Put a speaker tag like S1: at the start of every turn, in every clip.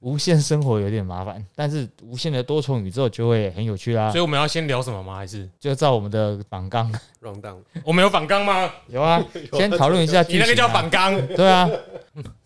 S1: 无限生活有点麻烦，但是无限的多重宇宙就会很有趣啦
S2: 啊
S3: 所。以我们要先聊什么吗？还是
S1: 就照我们的反 纲
S4: round down，
S3: 我们有反纲吗？
S1: 有啊，先讨论一下剧
S3: 你
S1: 情啊、
S3: 那个叫反 纲，
S1: 对啊，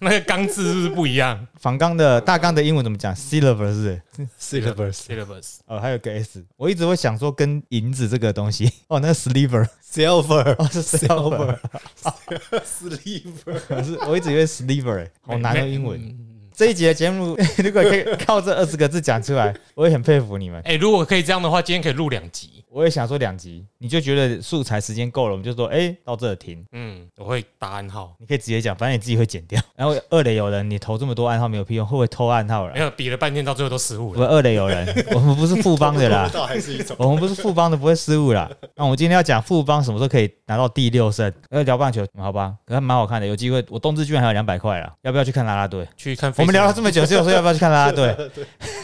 S3: 那个纲字是不是不一样
S2: 仿纲的大纲的英文怎么讲？syllabus 是不是
S4: syllabus，
S3: ？syllabus
S2: 哦，还有个 s，我一直会想说跟银子这个东西 哦，那个 sliver
S4: silver，
S2: 哦是 silver，
S4: silver，
S2: 是我一直以为 sliver，欸好难的英文。
S3: 文。
S2: 这一集的节目 如果可以靠这二十个字讲出来，我也很佩服你们。
S3: 哎、如果可以这样的话，今天可以录两集。
S2: 我也想说两集，你就觉得素材时间够了，我们就说哎、到这停，
S3: 嗯，我会打暗号，
S2: 你可以直接讲，反正你自己会剪掉。 然后二垒有人，你投这么多暗号没有屁用，会不会偷暗号
S3: 没
S2: 了？
S3: 有比了半天，到最后都失误
S2: 我们
S3: 了。
S2: 二垒有人， 我们不是富邦的啦，
S4: 到还是一种
S2: 我们不是富邦的，不会失误啦。那我们今天要讲富邦什么时候可以拿到第六胜？要聊棒球，嗯好吧，可是蛮好看的，有机会我冬至居然还有两百块啦，要不要去看啦啦队？
S3: 去看 Facebook，
S2: 我们聊了这么 久，所以我说要不要去看啦啦队？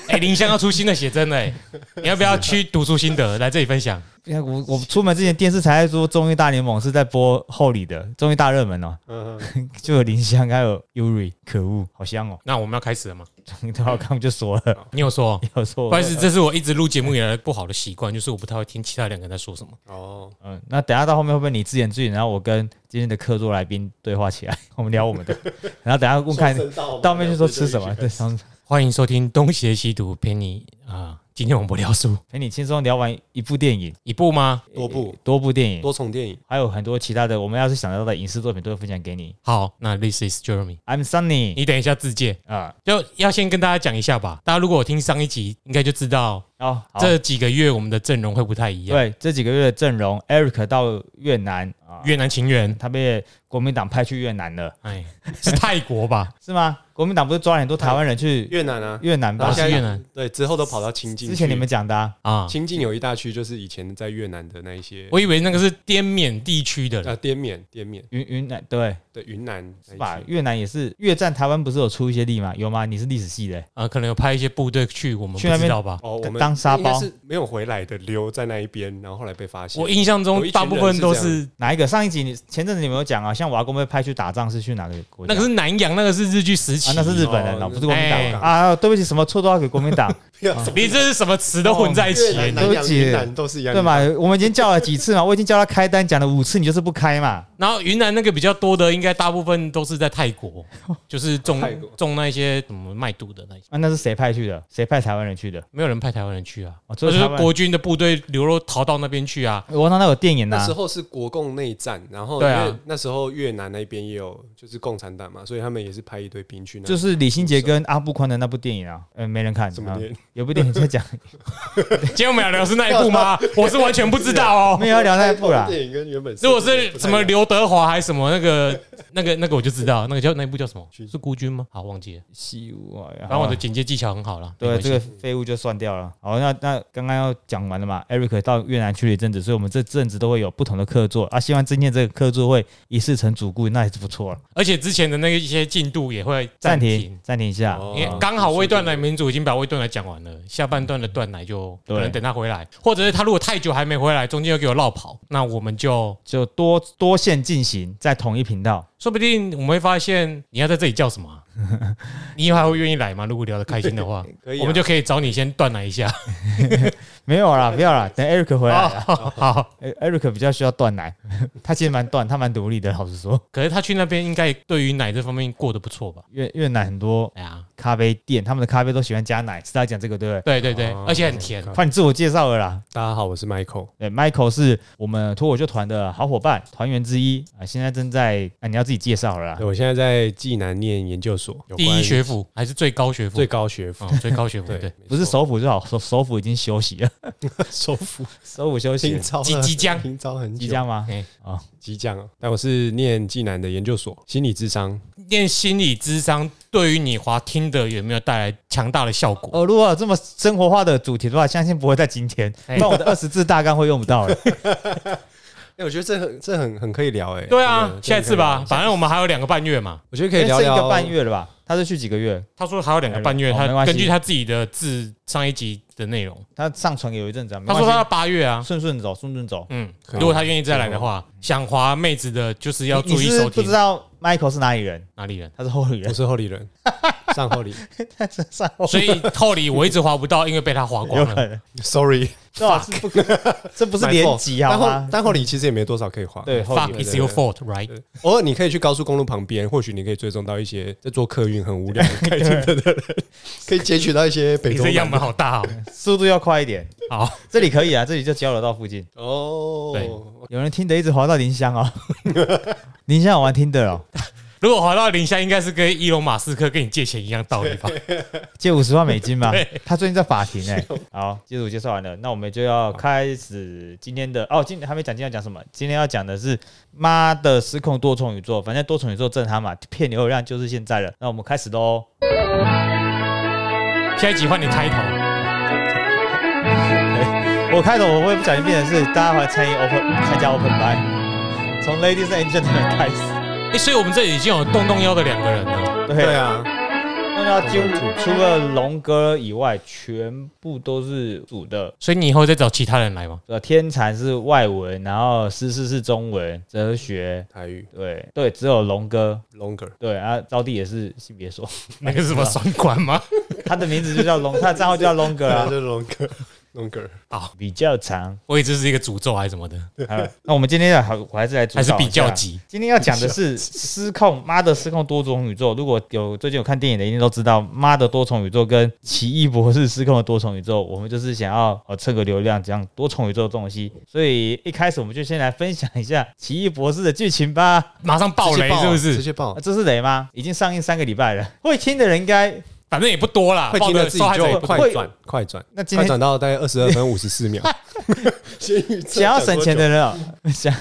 S3: 哎、林香要出新的写真哎、你要不要去读书心得来这里分享？
S2: 因为我我出门之前电视台在说综艺大联盟是在播后里的综艺大热门哦、
S4: 嗯，
S2: 就有林香还有 Yuri，可恶，好香哦、
S3: 那我们要开始了吗？
S2: 你都要看就说了，
S3: 你有说哦，
S2: 有说
S3: 不
S2: 我
S3: 好意思，这是我一直录节目以来不好的习惯，就是我不太会听其他两个人在说什么。
S4: 哦，
S2: 嗯，那等一下到后面会不会你自言自语，然后我跟今天的客座来宾对话起来， 我们聊我们的，然后等一下问看到后面就说吃什么，对，然后
S3: 欢迎收听《东邪西毒》，陪你啊。今天我们不聊书，
S2: 陪你轻松聊完一部电影，
S3: 一部吗？
S4: 多部
S2: 多部电影，
S4: 多重电影，
S2: 还有很多其他的，我们要是想到的影视作品都会分享给你。
S3: 好，那 This is Jeremy。
S2: I'm Sunny
S3: 你等一下自介，
S2: 啊，
S3: 就要先跟大家讲一下吧。大家如果有听上一集，应该就知道
S2: 哦，好
S3: 这几个月我们的阵容会不太一样。
S2: 对这几个月的阵容，Eric 到越南啊，
S3: 越南情缘，
S2: 他被国民党派去越南了，
S3: 哎，是泰国 吧？
S2: 是吗？国民党不是抓了很多台湾人去
S4: 越南啊，
S2: 越南
S4: 然
S2: 吧
S4: 后
S3: 啊？
S4: 现在
S3: 是越南
S4: 对，之后都跑到清境去。
S2: 之前你们讲的啊，
S3: 啊，
S4: 清境有一大区，就是以前在越南的那一些，
S3: 我以为那个是滇缅地区的人
S4: 啊，滇缅，滇缅，
S2: 云云南对。
S4: 对，云南
S2: 是吧
S4: 那一？区
S2: 越南也是越战，台湾不是有出一些力吗？有吗？你是历史系的、
S3: 啊，可能有派一些部队去，我们
S2: 去
S3: 不
S2: 那边
S3: 知道吧？
S4: 哦，我们
S2: 当沙包
S4: 应该是没有回来的，留在那一边，然后后来被发现。
S3: 我印象
S4: 有
S3: 中
S4: 一群
S3: 大部分都
S4: 人是
S3: 是
S2: 哪一个？上一集你前阵子你们有讲啊，像瓦工被派去打仗是去哪个国家？
S3: 那个是南洋，那个是日据时期
S2: 啊，，那是日本人
S4: 哦
S2: 哦，不是国民党
S3: 哎
S2: 啊！对不起，什么错都要给国民党，
S3: 你这是什么词都混在一起
S4: 哦越
S3: 了。
S4: 南、南
S2: 对
S4: 洋、
S2: 不起
S4: 云南都是一样
S2: 对
S4: 的。
S2: 嘛？我们已经叫了几次嘛，我已经叫他开单讲了五次，你就是不开嘛。
S3: 然后云南那个比较多的，应该大部分都是在泰 国，就是种
S4: 泰国
S3: 种那一些什么卖毒的那些，
S2: 啊，那是谁派去的？谁派台湾人去的？
S3: 没有人派台湾人去啊，
S2: 哦，只
S3: 就
S2: 有
S3: 是
S2: 台湾。
S3: 国军的部队流落逃到那边去 啊。
S2: 我那那有电影呐、
S4: 那时
S2: 啊，
S4: 候是国共内战，然后因
S3: 对啊
S4: 为那时候越南那边也有就是共产党嘛，所以他们也是派一堆兵去那。
S2: 就是李心洁跟阿布宽的那部电影啊，嗯、没人看。
S4: 什么
S2: 啊
S4: 电影
S2: 有部电影在讲，
S3: 今天我们要聊是那一部 吗？我是完全不知道哦。
S2: 没有要聊那一 部啦。
S4: 电影跟原本
S3: 如果是啊什么刘德华还是什么那个那个那个我就知道，那个叫那一部叫什么？是孤军吗？好，忘记了。
S2: 西屋啊，
S3: 反正我的简介技巧很好了。没
S2: 对，
S3: 关系
S2: 这个废物就算掉了。好，那那刚刚要讲完了嘛？Eric 到越南去了一阵子，所以我们这阵子都会有不同的客座啊。希望今天这个客座会一次成主顾，那也是不错了。
S3: 而且之前的那个一些进度也会
S2: 暂
S3: 暂
S2: 停
S3: 停。，
S2: 暂停一下。啊
S4: 哦
S3: 因为刚好微断奶民主已经把微断奶讲完了，下半段的断奶就
S2: 对
S3: 可能等他回来，或者是他如果太久还没回来，中间又给我绕跑，那我们就
S2: 就多多线进行，在同一频道。
S3: 说不定我们会发现你要在这里叫什么 啊、你以后还会愿意来吗？如果聊得开心的话，
S4: 可以啊
S3: 我们 就可以找你先断奶一下。
S2: 没有啦，不要啦，等 Eric 回来啦。
S3: 好好好，
S2: 哎 Eric 比较需要断奶，他其实蛮断，他蛮独立的。老实说，
S3: 可是他去那边应该对于奶这方面过得不错吧？
S2: 越越南很多
S3: 哎呀，
S2: 咖啡店，他们的咖啡都喜欢加奶，是他讲这个对不对？
S3: 对对对，
S4: 哦
S3: 而且很甜。
S2: 快，你自我介绍了啦。
S4: 大家好，我是 Michael，
S2: 对，Michael 是我们脱口秀团的好伙伴、团员之一啊，现在正在啊，你要自己介绍了啦
S4: 对。我现在在暨南念研究所，有
S3: 第
S4: 关
S3: 一学府还是最高学府？
S4: 最高学府，
S3: 哦，最高学府
S4: 对，
S3: 对，
S4: 没错
S2: 不是首府就好，首 首府已经休息了，
S4: 首府，
S2: 首府休息
S4: 停
S2: 了
S4: 招了
S3: 即即将
S4: 停招很久
S2: 即将吗？
S3: 哎
S2: 啊，
S4: 即将哦，但我是念暨南的研究所心理智商，
S3: 念心理智商对于你滑听的有没有带来强大的效果？
S2: 哦，如果有这么生活化的主题的话，相信不会在今天，不
S3: 哎
S2: 然我的二十字大纲会用不到了。
S4: 哎，我觉得这很这很很可以聊哎，
S3: 对啊，
S4: 真
S3: 下
S4: 的
S3: 一次吧，，反正我们还有两个半月嘛。
S4: 真的可以聊
S2: 因为剩
S4: 我觉得可以聊
S2: 一
S4: 聊
S2: 个半月了吧？他是去几个月？
S3: 他说还有两个半月，
S2: 哦没关
S3: 他
S2: 系
S3: 根据他自己的自上一集的内容。
S2: 他上传有一阵子啊，没
S3: 他
S2: 关
S3: 说
S2: 系
S3: 他要八月啊，
S2: 顺顺走，顺顺走。
S3: 嗯，
S4: 可以
S3: 如果他愿意再来的话，想滑妹子的，就是要
S2: 你
S3: 注
S2: 你是
S3: 意
S2: 不
S3: 收
S2: 是不
S3: 听
S2: 知道 Michael 是哪里人？
S3: 哪里人。
S2: 他是后里
S4: 我
S2: 人，
S4: 是后里人，上后里
S2: 他是上后
S3: 所以后里我一直滑不到，因为被他滑 光
S2: 有可
S3: 了。
S2: 能，
S4: ，sorry，
S2: 这好像是不， 这不是连 级好
S4: 但后
S2: 吗？
S4: 但后里其实也没多少可以滑。
S2: 对，后里
S3: Fuck
S2: 人
S3: is your fault, right？
S4: 对，偶尔你可以去高速公路旁边，或许你可以追踪到一些在做客运很无聊的开车 的人，可以截取到一些北
S3: 你
S4: 中
S3: 这
S4: 南
S3: 样本好大哦。
S2: 速度要快一点。
S3: 好，
S2: 这里可以啊，这里就交流道附近。
S3: 对
S4: 哦，
S2: 有人听得一直滑到林香 哦，林香有玩听的哦，
S3: 如果滑到零下，应该是跟伊隆马斯克跟你借钱一样道理吧？
S2: 借五十万美金嘛
S3: 对。
S2: 他最近在法庭 哎。好，基础介绍完了，那我们就要开始今天的哦，今还没讲今天要讲什么？今天要讲的是妈的失控多重宇宙，反正多重宇宙震撼嘛，骗流量就是现在了。那我们开始喽。
S3: 下一集换你开头，
S2: 我开头我会不小心变成是大家来参与 open 参加 open by，从 ladies and gentlemen 开始。
S3: 哎，所以我们这里已经有洞洞腰的两个人了。
S4: 对
S2: 对，
S4: 啊，
S2: 那要几乎除了龙哥以外，全部都是主的。
S3: 所以你以后再找其他人来嘛。
S2: 呃，天才是外文，然后诗诗是中文，哲学，
S4: 台语
S2: 对对，只有龙哥，
S4: longer
S2: 对啊，招娣也是性别说，
S3: 那个是什么双管吗？
S2: 他的名字就叫龙，他的账号就叫龙哥啊
S4: 就，是 longer longer，
S2: 比较长。
S3: 我以为这是一个诅咒还是什么的，
S2: 好了那我们今天要好，我还是来主导
S3: 还
S2: 一
S3: 是
S2: 下
S3: 比较级？
S2: 今天要讲的是失控，妈的失控多重宇宙。如果有最近有看电影的，一定都知道，妈的多重宇宙跟奇异博士失控的多重宇宙，我们就是想要呃蹭个流量，讲多重宇宙的东西。所以一开始我们就先来分享一下奇异博士的剧情吧。
S3: 马上爆雷是不
S4: 直
S3: 是？
S4: 接爆
S2: 啊，？这是雷吗？已经上映三个礼拜了，会听的人应该
S3: 反正也不多啦，
S4: 快
S3: 爆
S4: 听
S3: 的
S4: 了自己
S3: 受害者也
S4: 就
S2: 不
S3: 不
S4: 快
S2: 会
S4: 转快转，
S2: 那今
S4: 快
S2: 天
S4: 转到大概二十 二分五十四秒。
S2: 想要省钱的人哦，想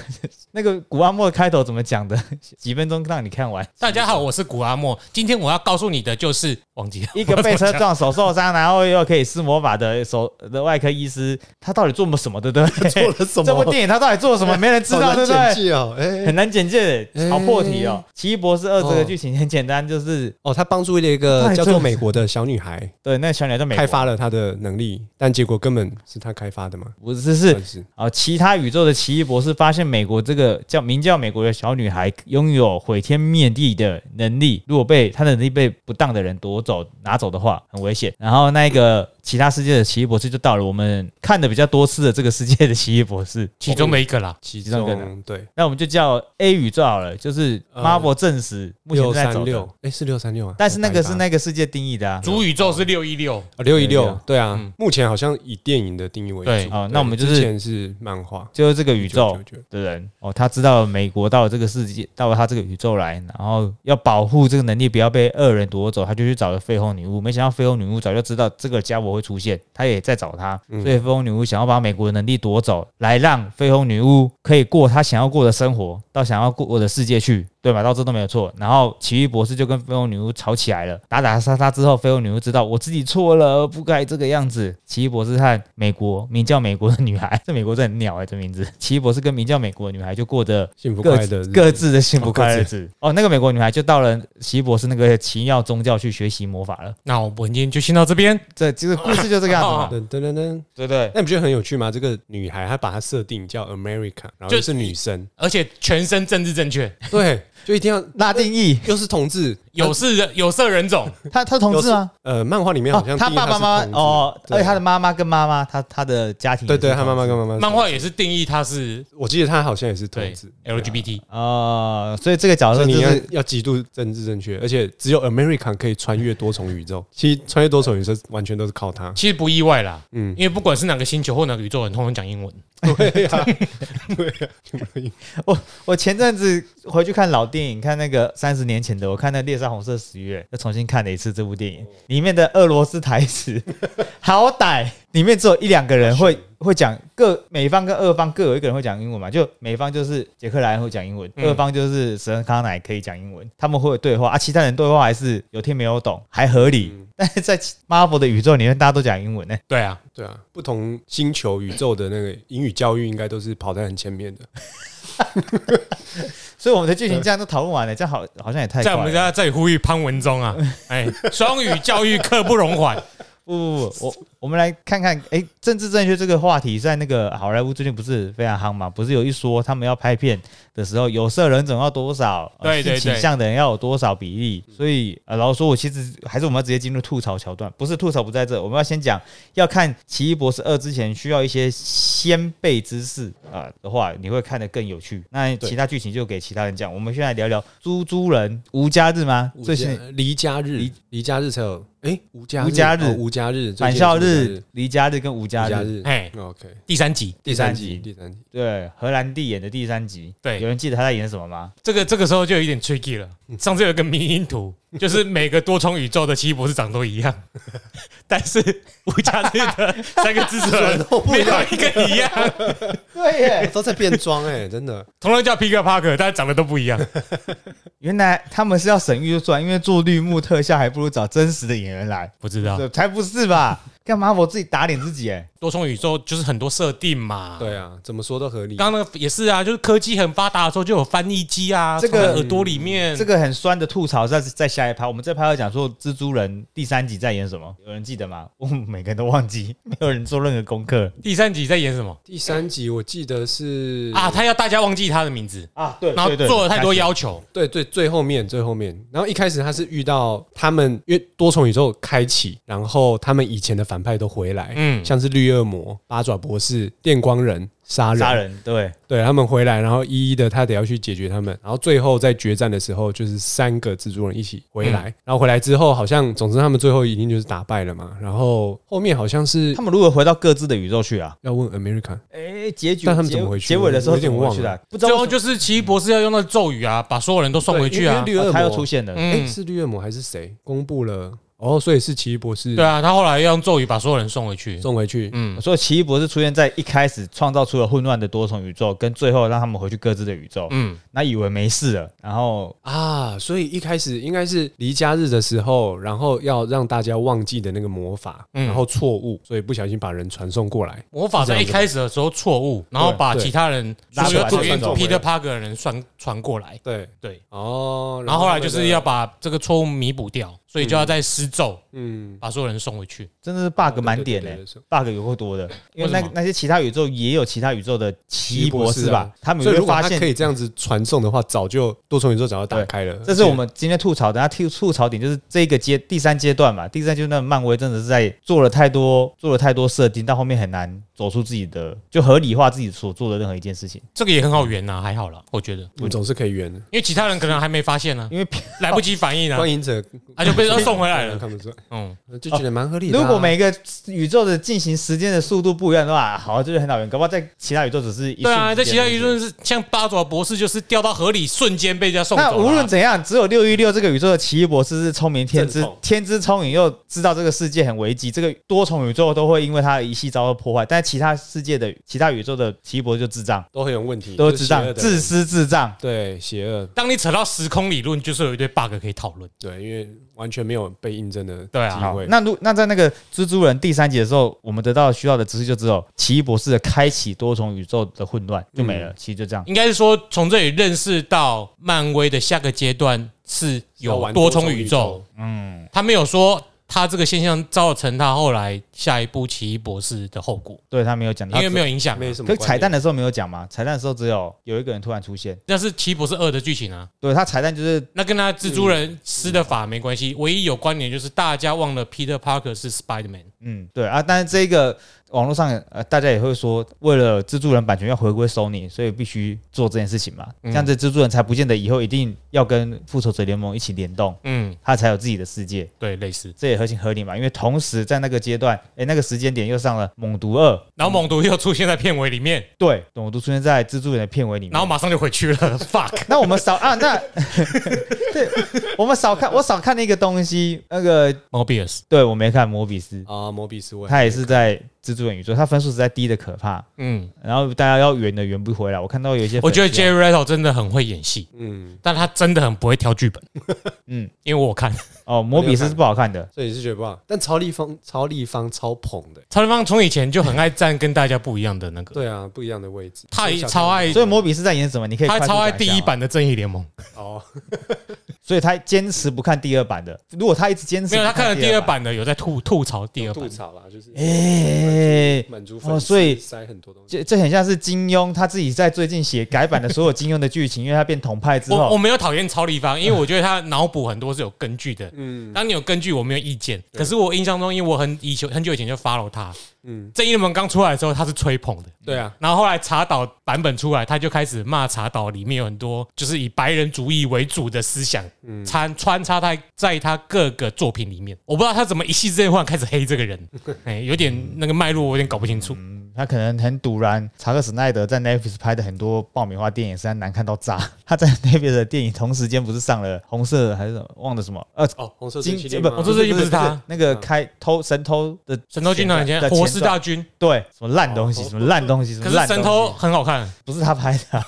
S2: 那个古阿莫开头怎么讲的？几分钟让你看完。
S3: 大家好，我是古阿莫，今天我要告诉你的就是忘记了
S2: 一个被车撞手受伤，然后又可以施魔法的手的外科医师，他到底做了什么，对不对？
S4: 做了什么？
S2: 这部电影他到底做了什么，没人知道，对不对？
S4: 对？哦，哎
S2: 很。难简介，好破题哦。奇异博士二这个
S4: 哦
S2: 剧情很简单，就是
S4: 哦，他帮助了一个叫做美国的小女孩
S2: 对那个小鸟在美国
S4: 开发了她的能力，但结果根本是她开发的嘛？
S2: 不是是
S4: 算是
S2: 啊，其他宇宙的奇异博士发现美国这个叫名叫美国的小女孩拥有毁天灭地的能力，如果被她的能力被不当的人夺走拿走的话，很危险。然后那个其他世界的奇异博士就到了我们看的比较多次的这个世界的奇异博士，
S3: 其中的一个啦。
S4: 其
S2: 中一个
S4: 中对
S2: 那我们就叫 A 宇宙好了，就是
S4: 呃
S2: Marvel 证实目前
S4: 六
S2: 正在
S4: 三
S2: 走
S4: 六
S2: 的，，
S4: 哎是六三六啊，
S2: 但是那个是
S4: 啊
S2: 那个世界定义的啊。
S3: 主宇宙是六一六，
S4: 六一六
S2: 616，
S4: 对啊
S3: 嗯，
S4: 目前好像以电影的定义为
S3: 对
S4: 主
S2: 哦那我们就是
S4: 之前是漫画
S2: 就是这个宇宙
S4: 1999
S2: 的人哦，他知道美国到了这个世界，到了他这个宇宙来，然后要保护这个能力不要被恶人夺走，他就去找了绯红女巫。没想到绯红女巫早就知道这个家伙会出现，他也在找他，
S4: 嗯
S2: 所以绯红女巫想要把美国的能力夺走，来让绯红女巫可以过她想要过的生活，到想要过的世界去，对吧？到这都没有错。然后奇异博士就跟绯红女巫吵起来了，打打杀杀之后，绯红女巫知道我自己错了，不该这个样子。奇异博士和美国名叫美国的女孩，这美国真的很鸟哎、这名字。奇异博士跟名叫美国的女孩就过着
S4: 幸福
S2: 各
S4: 快乐日子
S2: 各自的幸
S4: 哦
S2: 福快乐
S4: 各
S2: 日子。哦，那个美国女孩就到了奇异博士那个奇妙宗教去学习魔法了。
S3: 那我们今天就先到这边。
S2: 这就是故事就这个样子嘛，
S4: 噔噔噔噔，
S2: 对不对？
S4: 那你不觉得很有趣吗？这个女孩她把她设定叫 America，然后
S3: 就
S4: 又是女生，
S3: 而且全身政治 正确，
S4: 对，就一定要
S2: 拉定义，
S4: 又是同志，
S3: 有色人有色人 种，
S2: 他他同志吗？
S4: 呃，漫画里面好像
S2: 哦他
S4: 定义
S2: 爸爸
S4: 是
S2: 妈
S4: 同
S2: 妈
S4: 志
S2: 哦，而
S4: 对
S2: 且他的妈妈跟妈妈，他他的家庭也
S4: 对
S2: 是
S4: 对，他妈妈
S2: 同志
S4: 跟妈妈是
S3: 漫画也是定义他是
S4: 我记得他好像也是同
S3: 对
S4: 志。
S3: LGBT，
S2: 哦，所以这个角
S4: 所
S2: 色
S4: 以
S2: 就
S4: 你要
S2: 是
S4: 要极度政治正确，而且只有 American 可以穿越多重宇宙。其实穿越多重宇宙完全都是靠他。
S3: 其实不意外啦。
S4: 嗯，
S3: 因为不管是哪个星球或哪个宇宙人，通常讲英文。
S4: 对呀、对呀、
S2: 我前阵子回去看老电影，看那个三十年前的，我看那《猎杀红色十月》，又重新看了一次这部电影，里面的俄罗斯台 词，好歹里面只有一两个人会会讲各美方跟俄方各有一个人会讲英文嘛，就美方就是杰克莱恩会讲英文，
S3: 嗯
S2: 俄方就是史恩康乃可以讲英文，他们会有对话啊，其他人对话还是有听没有懂，还合理。
S3: 嗯
S2: 但是在 Marvel 的宇宙里面，大家都讲英文呢、欸
S3: 对啊，
S4: 对啊，不同星球宇宙的那个英语教育应该都是跑在很前面的。
S2: 所以我们的剧情这样都讨论完了，这样好好像也太快
S3: 在我
S2: 了
S3: 们。家这里呼吁潘文忠啊，哎，双语教育刻不容缓。
S2: 不不不，我我们来看看，哎、政治正确这个话题在那个好莱坞最近不是非常夯嘛？不是有一说他们要拍片的时候，有色人种要多少，呃
S3: 对对
S2: 性
S3: 对
S2: 倾向的人要有多少比例？所以，呃，老实说，我其实还是我们要直接进入吐槽桥段，不是吐槽不在这，我们要先讲，要看《奇异博士二》之前需要一些先辈知识啊、呃的话，你会看得更有趣。那
S4: 对
S2: 其他剧情就给其他人讲。我们现在聊聊猪猪人无家日吗？最新
S4: 呃离家日
S2: 离，
S4: 离家日才有，哎，无家
S2: 无家日
S4: 哦无家日，最
S2: 返
S4: 近
S2: 校
S4: 是无
S2: 日、离家日跟无
S4: 家
S2: 家
S4: 日，
S2: 日。
S4: 无家
S3: 哎，
S4: 日，OK，
S3: 第三集，
S4: 第
S2: 三
S4: 三
S2: 集
S4: 集，第三集，
S2: 对，荷兰弟演的第三集，
S3: 对
S2: 有人记得他在演什么吗？
S3: 这个这个时候就有一点 tricky 了。
S2: 嗯
S3: 上次有一个迷 因图，就是每个多重宇宙的奇异博士长都一样， 但是吴家日的三个支持人没有一个 一样，
S2: 对耶，
S4: 都在变装哎， 真的，
S3: 同样叫 Peter Parker，但长得都不一样。
S2: 原来他们是要省预算，因为做绿幕特效还不如找真实的演员来，
S3: 不
S4: 啊
S3: 知道
S2: 这才不是吧？干嘛我自己打脸自己？哎，
S3: 多重宇宙就是很多设定嘛。
S4: 对啊，怎么说都合理。
S3: 刚刚那个也是啊，就是科技很发达的时候就有翻译机啊，
S2: 这个
S3: 从耳朵里
S4: 嗯
S3: 面，
S2: 这个很酸的吐槽在在下一趴，我们这趴要讲说蜘蛛人第三集在演什么，有人记得吗？我们每个人都忘记，没有人做任何功课
S3: 第三集在演什么
S4: 第三集我记得是
S3: 啊？他要大家忘记他的名字，
S2: 啊。对
S3: 然后做了太多要求，
S4: 对对，最后面最后面，然后一开始他是遇到他们，因为多重宇宙开启，然后他们以前的反派都回来，
S3: 嗯，
S4: 像是绿恶魔、八爪博士、电光人、杀人，
S2: 杀人，对，
S4: 对他们回来，然后一一的他得要去解决他们，然后最后在决战的时候，就是三个蜘蛛人一起回
S3: 嗯
S4: 来，然后回来之后好像，总之他们最后一定就是打败了嘛，然后后面好像是
S2: 他们如何回到各自的宇宙去啊？
S4: 要问 America，
S2: 哎，结局
S4: 但他们
S2: 结
S4: 怎么回去
S2: 结尾的时候
S4: 我有点
S2: 怎么回去
S4: 忘
S2: 的
S4: 了
S2: 啊？不知道
S3: 最
S2: 为
S3: 后
S2: 什么
S3: 就是奇异博士要用到咒语啊，把所有人都送回去啊
S4: 对。因为绿恶
S2: 哦
S4: 魔
S2: 他又出现了，
S4: 哎、
S3: 嗯，
S4: 是绿恶魔还是谁公布了？哦，所以是奇异博士
S3: 对啊，他后来要用咒语把所有人送回去。
S4: 送回去，
S3: 嗯，
S2: 所以奇异博士出现在一开始创造出了混乱的多重宇宙，跟最后让他们回去各自的宇宙。
S3: 嗯，
S2: 那以为没事了，然后
S4: 啊，所以一开始应该是离家日的时候，然后要让大家忘记的那个魔法，
S3: 嗯
S4: 然后错误，所以不小心把人传送过来。
S3: 魔法在一开始的时候错误，然后把
S4: 对
S3: 其他人
S2: 拉
S3: 所
S2: 出
S3: 有
S2: 来
S3: 讨厌
S4: 拉出来
S3: Peter Parker 的人传传过来。
S4: 对，
S3: 对，
S4: 哦，
S3: 然后后来
S4: 他们
S3: 就是
S4: 的
S3: 要把这个错误弥补掉，所以就要再施咒
S4: 嗯
S3: 把所有人送回去。
S2: 真的是 bug 满点欸呢、
S4: 哦对对对对
S2: b u g 有够多的，因为
S3: 为
S2: 那
S3: 什么
S2: 那些其他宇宙也有其他宇宙的奇异博士吧，他们
S4: 啊所
S2: 有
S4: 以
S2: 没有
S4: 如果
S2: 发
S4: 他可
S2: 现？
S4: 以这样子传送的话，早就多重宇宙早就打
S2: 对
S4: 开了。
S2: 这是我们今天吐槽的，那吐吐槽点就是这个阶第三阶段嘛，第三阶段漫威真的是在做了太多做了太多设定，到后面很难走出自己的，就合理化自己所做的任何一件事情，
S3: 这个也很好圆啊呐，还好啦，我觉得，
S4: 我们总是可以圆的。
S3: 因为其他人可能还没发现呢，
S2: 因为
S3: 来不及反应啊
S4: 观，影者
S3: 他就被他送回来了。
S4: 看不出来，
S3: 嗯，
S4: 就觉得蛮合理的啊、
S2: 如果每个宇宙的进行时间的速度不一样的话，好，这就很讨厌。搞不好在其他宇宙只是一
S3: 对啊，
S2: 瞬
S3: 在
S2: 间
S3: 其他
S2: 的
S3: 舆
S2: 事情。
S3: 论是像八爪博士，就是掉到河里，瞬间被人家送走
S2: 那
S3: 了啊。
S2: 无论怎样，只有六一六这个宇宙的奇异博士是聪明天资
S4: 正统，
S2: 天资聪颖又知道这个世界很危机，这个多重宇宙都会因为他的一系遭到破坏。但其他世界的其他宇宙的奇异博士就智障，
S4: 都很有问题，
S2: 都是
S4: 是
S2: 智
S4: 邪
S2: 障，
S4: 恶的
S2: 自私智障。
S4: 对邪恶，
S3: 当你扯到时空理论，就是有一堆 bug 可以讨论。
S4: 对，因为完全没有被印证的
S3: 对啊
S4: 机
S2: 好
S4: 会，。
S2: 那如那在那个蜘蛛人第三集的时候，我们得到需要的知识就只有奇异博士的开启多重宇宙的混乱就
S3: 嗯
S2: 没了，其实就这样。
S3: 应该是说，从这里认识到漫威的下个阶段是
S4: 要
S3: 有
S4: 玩
S3: 多
S4: 多
S3: 重
S4: 重
S3: 宇
S4: 宇
S3: 宙
S4: 宙。
S2: 嗯，
S3: 他没有说他这个现象造成他后来下一部奇异博士的后果，
S2: 对他没有讲，
S3: 因为
S2: 有。
S3: 没有影响啊。
S4: 没什么
S2: 可是
S4: 关联。
S2: 彩蛋的时候没有讲嘛？彩蛋的时候只有有一个人突然出现，
S3: 那是奇异博士二的剧情啊，
S2: 对他彩蛋就是
S3: 那跟他蜘蛛人施的法没关系，唯一有关联就是大家忘了 Peter Parker 是 Spider Man。
S2: 嗯对啊，但是这个网络上呃大家也会说，为了蜘蛛人版权要回归 Sony，所以必须做这件事情嘛，
S4: 嗯
S2: 这样子蜘蛛人才不见得以后一定要跟复仇者联盟一起联动，
S3: 嗯，
S2: 他才有自己的世界。
S3: 对，类似。
S2: 这也合情合理嘛，因为同时在那个阶段，哎、那个时间点又上了《猛毒二》，
S3: 然后猛毒又出现在片尾里面，
S2: 对，《猛毒》出现在蜘蛛人的片尾里面，
S3: 然后马上就回去了。Fuck，
S2: 那我们少啊， 那 对，我们少看，我少看了一个东西，那个
S3: Mobius，
S2: 对我没看《摩比斯》，
S4: 啊，摩比斯问
S2: 他也是在蜘蛛人宇宙，他分数实在低的可怕，
S3: 嗯，
S2: 然后大家要圆的圆不回来。我看到有一些粉丝啊，
S3: 我觉得 Jerry Rattle 真的很会演戏，
S4: 嗯，
S3: 但他真的很不会挑剧本。
S2: 嗯
S3: 嗯，因为我看
S2: 哦，摩比斯是不好看的，
S4: 所以你是觉得不好，但超立方超立方超捧的，
S3: 超立方从以前就很爱站跟大家不一样的那个，
S4: 对啊，不一样的位置，
S3: 他也
S4: 小
S3: 超爱
S2: 所以摩比斯在演什么？你可以
S3: 他
S2: 快速
S3: 超爱
S2: 讲一
S3: 第
S2: 下
S3: 一
S2: 吗，
S3: 版的正义联盟，
S4: 哦，
S2: 所以他坚持不看第二版的。如果他一直坚持，
S3: 没有，他看了第二，版的，有在吐吐槽第二
S4: 吐
S3: 版。
S4: 槽啦，就是
S2: 哎、
S4: 满足
S2: 哦
S4: 粉丝，
S2: 所以
S4: 塞很多东西。
S2: 这这很像是金庸他自己在最近写改版的所有金庸的剧情，因为他变统派之
S3: 我我
S2: 后，
S3: 没有讨厌超立方，因为我觉得他脑补很多是有根据的。
S4: 嗯
S3: 当你有根据，我没有意见。可是我印象中，因为我很以前很久以前就 follow 他，
S4: 嗯，
S3: 正义联盟刚出来的时候，他是吹捧的。
S4: 对啊，
S3: 然后后来查岛版本出来，他就开始骂查岛里面有很多就是以白人主义为主的思想
S4: 嗯，
S3: 穿穿插在在他各个作品里面。我不知道他怎么一夕之间忽然开始黑这个人，哎，有点那个脉络我有点搞不清楚。
S2: 他可能很堵然。查克·史奈德在 Netflix 拍的很多爆米花电影，实在难看到炸。他在 Netflix 的电影同时间不是上了《红色的还是什么忘了什么？呃，
S4: 哦，红色
S2: 金
S4: 神奇
S2: 不，
S3: 红色神奇呃不是他
S2: 那个
S4: 嗯
S2: 开偷神偷的
S3: 神偷军团以前
S2: 的
S3: 啊活尸
S2: 前传
S3: 大军，
S2: 对什么烂东西，
S4: 哦
S2: 什么烂东西，什
S3: 可
S2: 么
S3: 是
S2: 烂东
S3: 神
S2: 西
S3: 偷很好看，
S2: 不是他拍的 啊、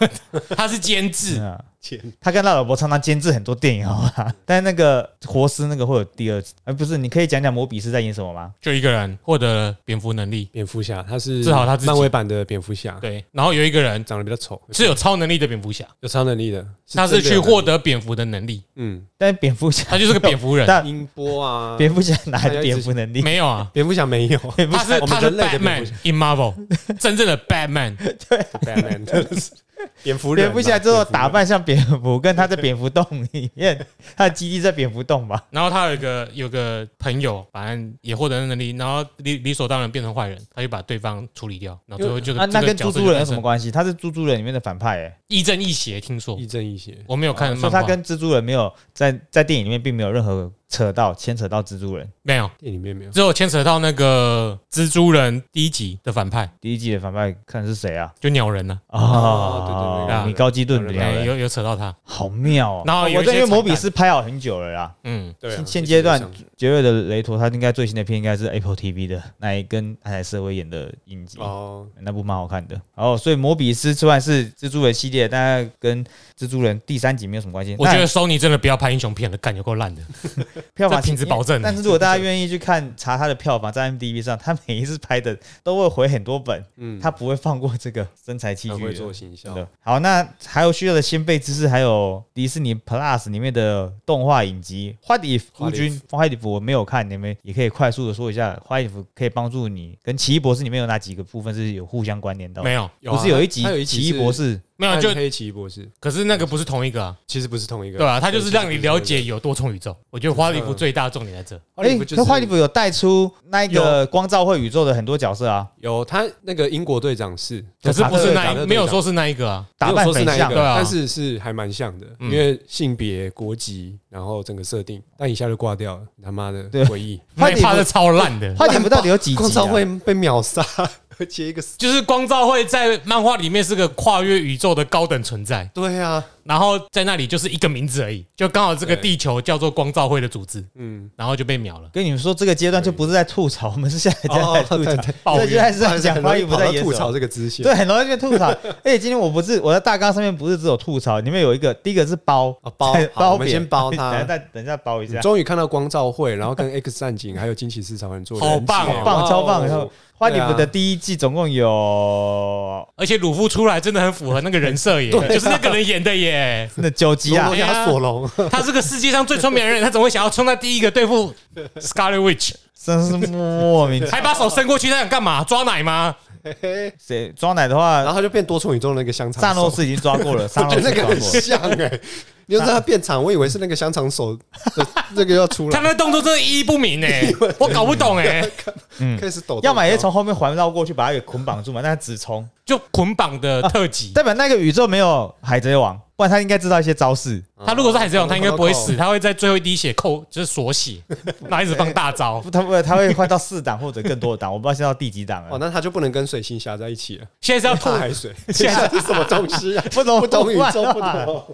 S3: 他是 监制，
S2: 嗯
S4: 钱，
S2: 他跟他老婆常常监制很多电影，好吧？但那个活尸那个会有第二集，哎，不是？你可以讲讲摩比斯在演什么吗？
S3: 就一个人获得了蝙蝠能力，
S4: 蝙蝠侠，他是
S3: 治好他自己
S4: 漫威版的蝙蝠侠，
S3: 对，然后有一个人
S4: 长得比较丑，
S3: 是有超能力的蝙蝠侠，
S4: 有超能力的，
S3: 他是
S4: 真的
S3: 去
S4: 有
S3: 获
S4: 能力，
S3: 得蝙蝠的能力，
S4: 嗯，
S2: 但蝙蝠侠
S3: 他就是个蝙蝠人，
S2: 但
S4: 音波啊，
S2: 蝙蝠侠
S3: 嗯
S2: 哪来的蝙蝠能力？
S3: 没有啊。
S4: 蝙蝠侠没有，
S2: 蝙蝠
S3: 他是
S4: 我们
S3: 他是
S4: 人类的蝙
S3: Batman
S4: 蝠侠
S3: in Marvel，真正的 Batman，
S4: Batman，真的是蝙蝠人啊，
S2: 蝙蝠侠之后打
S4: 蝙蝠人
S2: 扮像蝙蝠，跟他在蝙蝠洞里面，他的基地在蝙蝠洞吧？
S3: 然后他有一个有个朋友，反正也获得那能力，然后理理所当然变成坏人，他就把对方处理掉，然后最后就
S2: 啊，那跟蜘蛛人有什么
S3: 关？
S2: 关系？他是蜘蛛人里面的反派、哎，
S3: 亦正亦邪，听说
S4: 亦正亦邪，
S3: 我没有看
S2: 哦所
S3: 漫
S2: 以他
S3: 画，
S2: 跟蜘蛛人没有在在电影里面并没有任何扯到牵扯到蜘蛛人
S3: 没有，
S4: 店里面没有，
S3: 只有牵扯到那个蜘蛛人第一集的反派，
S2: 第一季的反派，看是谁啊？
S3: 就鸟人呢、
S4: 哦对对对
S2: 哦米高基顿的
S4: 对
S3: 啊，哎
S2: 两人，
S3: 有有扯到他，
S2: 好妙哦！
S3: 然后有
S2: 我
S3: 一
S2: 这
S3: 些
S2: 因为摩
S3: 彩蛋
S2: 比斯拍好很久了啦，
S3: 嗯，
S4: 对啊，
S2: 现现阶段
S4: 一直在想
S2: 杰瑞的雷陀他应该最新的片应该是 Apple TV 的那一跟安海社会演的影集。
S4: 哦，
S2: 那部蛮好看的，哦，所以摩比斯虽然是蜘蛛人系列，但跟蜘蛛人第三集没有什么关系。
S3: 我觉
S2: 那
S3: 得 Sony 真的不要拍英雄片了，干有够烂的，
S2: 票房
S3: 这品质保证
S2: 但是如果大家愿意去看查他的票房，在 m d b 上，他每一次拍的都会回很多本，
S4: 嗯，
S2: 他不会放过这个身材器
S4: 很
S2: 具
S4: 会
S2: 的。
S4: 做行销
S2: 真，的好，那还有需要的先辈知识，还有迪士尼 Plus 里面的动画影集《What If》孤
S4: What
S2: 军，《What If》我没有看，你们也可以快速的说一下，《What If》可以帮助你跟《奇异博士》里面有哪几个部分是有互相关联到的？
S3: 没有
S4: 啊
S2: 不是有一集
S4: 他有一集
S2: 奇异
S4: 是
S2: 博士
S3: 没有就
S4: 暗黑奇异博士
S3: 可是那个不是同一个啊，
S4: 其实不是同一个，
S3: 对吧、啊？他就是让你了
S4: 对
S3: 解有多重宇宙，我觉得花里服最大重点在这。
S4: 花里
S2: 哎，
S4: 胡就
S2: 可
S4: 是
S2: 坏利弗有带出那个光照会宇宙的很多角色啊，
S4: 有他那个英国队长是，
S3: 可是不是那
S4: 打
S3: 一
S4: 的
S3: 没有说是那一个啊，
S2: 打
S4: 没
S2: 扮
S4: 有说是
S2: 很
S4: 那一
S2: 像
S4: 个，
S3: 对啊
S4: 但是是还蛮像的，
S3: 嗯
S4: 因为性别、国籍，然后整个设定，但一下就挂掉了，你他妈的
S2: 对
S4: 回忆。
S3: 那一 趴
S2: 花里
S3: 是
S2: 胡
S3: 超烂的。
S2: 坏利弗到底有 几
S4: 光
S2: 集
S4: 照
S2: 啊？
S4: 会被秒杀， 而且一个死
S3: 就是光照会在漫画里面是个跨越宇宙的高等存在，
S4: 对啊，
S3: 然后在那里就是一个名字而已，就刚好这个
S4: 对
S3: 地球叫做光照会的组织，
S4: 嗯，
S3: 然后就被秒了。
S2: 跟你们说，这个阶段就不是在吐槽，我们是现在在吐槽
S4: 哦对对，
S3: 抱
S2: 这
S3: 怨
S2: 阶段是在讲
S4: 很
S2: 花
S4: 容
S2: 里弗
S4: 易跑
S2: 在
S4: 到
S2: 演
S4: 吐
S2: 什么
S4: 槽。这个支线，
S2: 啊对，很容易被吐槽。而且今天我不是我的大纲上面不是只有吐槽，里面有一个第一个是 包
S4: 啊包
S2: 对
S4: 好我们
S2: 扁
S4: 先包它
S2: 等一下再等一下包一
S4: 你
S2: 下，
S4: 终于看到光照会，然后跟 X 战警还有惊奇四超人做
S3: 好棒哦
S4: 人
S3: 终于
S4: 气
S2: 棒超棒！
S4: 哇哦
S2: 然后花里胡
S4: 对
S2: 的
S4: 啊
S2: 第一季总共有
S3: 而且鲁夫出来真的很符合那个人设耶，就是那个人演的耶。
S2: 那九集啊
S4: 罗，亚 索隆，
S3: 他是个世界上最聪明的人，他怎么会想要冲在第一个对付 Scarlet Witch？
S2: 真是莫名其 妙。
S3: 还把手伸过去，他想干嘛？抓奶吗？
S4: 嘿嘿
S2: 谁装奶的
S4: 然
S2: 话，
S4: 后他就变多重宇宙那个香肠手，
S2: 萨诺斯已经抓过了，萨
S4: 我觉
S2: 诺斯
S4: 得那个
S2: 抓
S4: 很
S2: 过了。
S4: 像哎、你就知道它变长，我以为是那个香肠手的这个要出
S3: 他
S4: 来，
S3: 那动作真的意义不明哎，我搞不懂哎，
S4: 开始抖动。
S2: 要么也从后面环绕过去把它给捆绑住嘛，但他直冲，
S3: 就捆绑的特辑。
S2: 代表那个宇宙没有海贼王，不然他应该知道一些招式。
S3: 他如果是海贼王，他应该不会死，
S4: 哦
S3: 他会在最后一滴血扣，就是锁血，然后一直放大招。
S2: 他不，他会换到四档或者更多的档，我不知道现在到第几档
S4: 哦，
S3: 嗯
S2: 了。
S4: 那他就不能跟水星侠在一起了，
S3: 现在是要吐
S4: 大 海水， 这是什么东西啊？
S2: 不懂
S4: 不懂宇宙，不
S2: 啊
S4: 懂。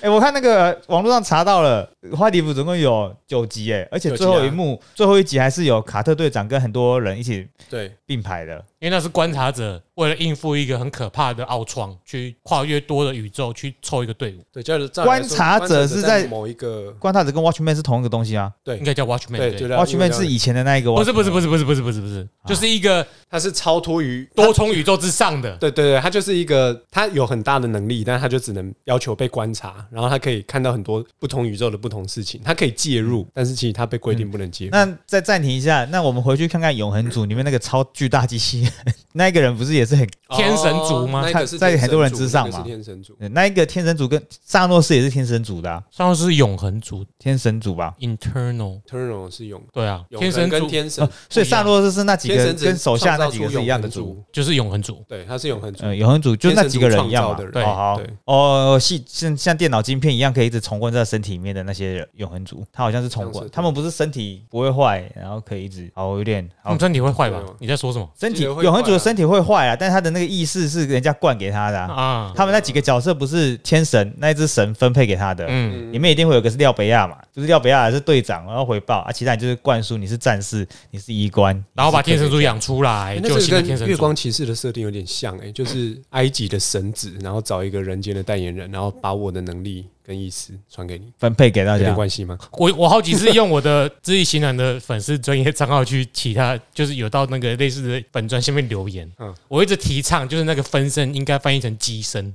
S2: 哎、我看那个网络上查到了，《花里服》总共有九集，啊哎，而且最后一幕、最后一集还是有卡特队长跟很多人一起
S4: 对，
S2: 并排的，
S3: 因为那是观察者为了应付一个很可怕的奥创，去跨越多的宇宙去凑一个队伍，
S4: 对，叫照理来说
S2: 观察者是在
S4: 某一个
S2: 观察者跟 Watchman 是同一个东西啊
S4: 对
S3: 应该叫 Watchman
S4: 对对
S2: ，Watchman 啊是以前的那一个
S3: 不
S2: Watchman，
S3: 是不是不是不是不是不是不是，
S4: 啊
S3: 就是一个
S4: 它是超脱于
S3: 多重宇宙之上的。
S4: 对对对，他就是一个他有很大的能力，但他就只能要求被观察，然后他可以看到很多不同宇宙的不同事情，他可以介入，但是其实他被
S3: 嗯
S4: 规定不能介入。
S2: 那再暂停一下，那我们回去看看《永恒组》里面那个超巨大机器人， 那一个人不是也是很
S3: 天神族吗
S4: 哦那个是
S2: 在
S4: 天神
S2: 很
S4: 族
S2: 多人之上嘛
S4: 那个是天神族，
S2: 那一个天神组跟萨诺斯也是天神组的、啊，
S3: 上面是永恒族
S2: 天神组吧？
S3: internal，
S4: Eternal 是永
S3: 对啊，
S4: 永
S3: 天
S4: 恒
S3: 神
S4: 跟
S3: 族
S4: 天神
S2: 哦，所以萨诺斯是那几
S4: 天
S2: 个
S4: 神只
S2: 跟手下
S4: 创造
S2: 那几个
S4: 出
S2: 是一样的
S4: 永恒
S2: 组，
S4: 族，
S3: 就是永恒族，
S4: 对，他是永恒族，
S2: 嗯，永恒组就那几个人一样嘛
S4: 天神族创造的人
S3: 对
S2: 哦好
S4: 对
S2: 哦，系像像电脑晶片一样，可以一直重灌在身体里面的那些人永恒组，他好像是重
S4: 好像
S2: 灌
S4: 是，
S2: 他们不是身体不会坏，然后可以一直哦有点好
S3: 他们身体会坏吧
S4: 对啊？
S3: 你在说什么
S2: 身体
S4: 记得会坏啊
S2: 永恒组的身体会坏啊，但是他的那个意识是人家灌给他的、
S4: 嗯
S2: 啊。
S3: 啊？
S2: 他们那几个角色不是天神那一只神分配给他的，
S3: 嗯，
S2: 里面一定会有个是廖北亚嘛，就是廖北亚是队长，然后回报啊，其他人就是灌输你是战士，你是医官，
S3: 然后把天神族养出来，
S4: 欸
S3: 就
S4: 那
S3: 有新
S4: 这
S3: 的
S4: 个
S3: 天
S4: 跟
S3: 神
S4: 月
S3: 族。
S4: 光骑士的设定有点像哎、欸就是埃及的神子，然后找一个人间的代言人，然后把我的能力跟意思传给你，
S2: 分配给大
S4: 有点
S2: 家。
S4: 关系吗？
S3: 我我好几次用我的知易行难的粉丝专业账号去其他，就是有到那个类似的本专下面留言，
S4: 嗯
S3: 我一直提倡就是那个分身应该翻译成机身，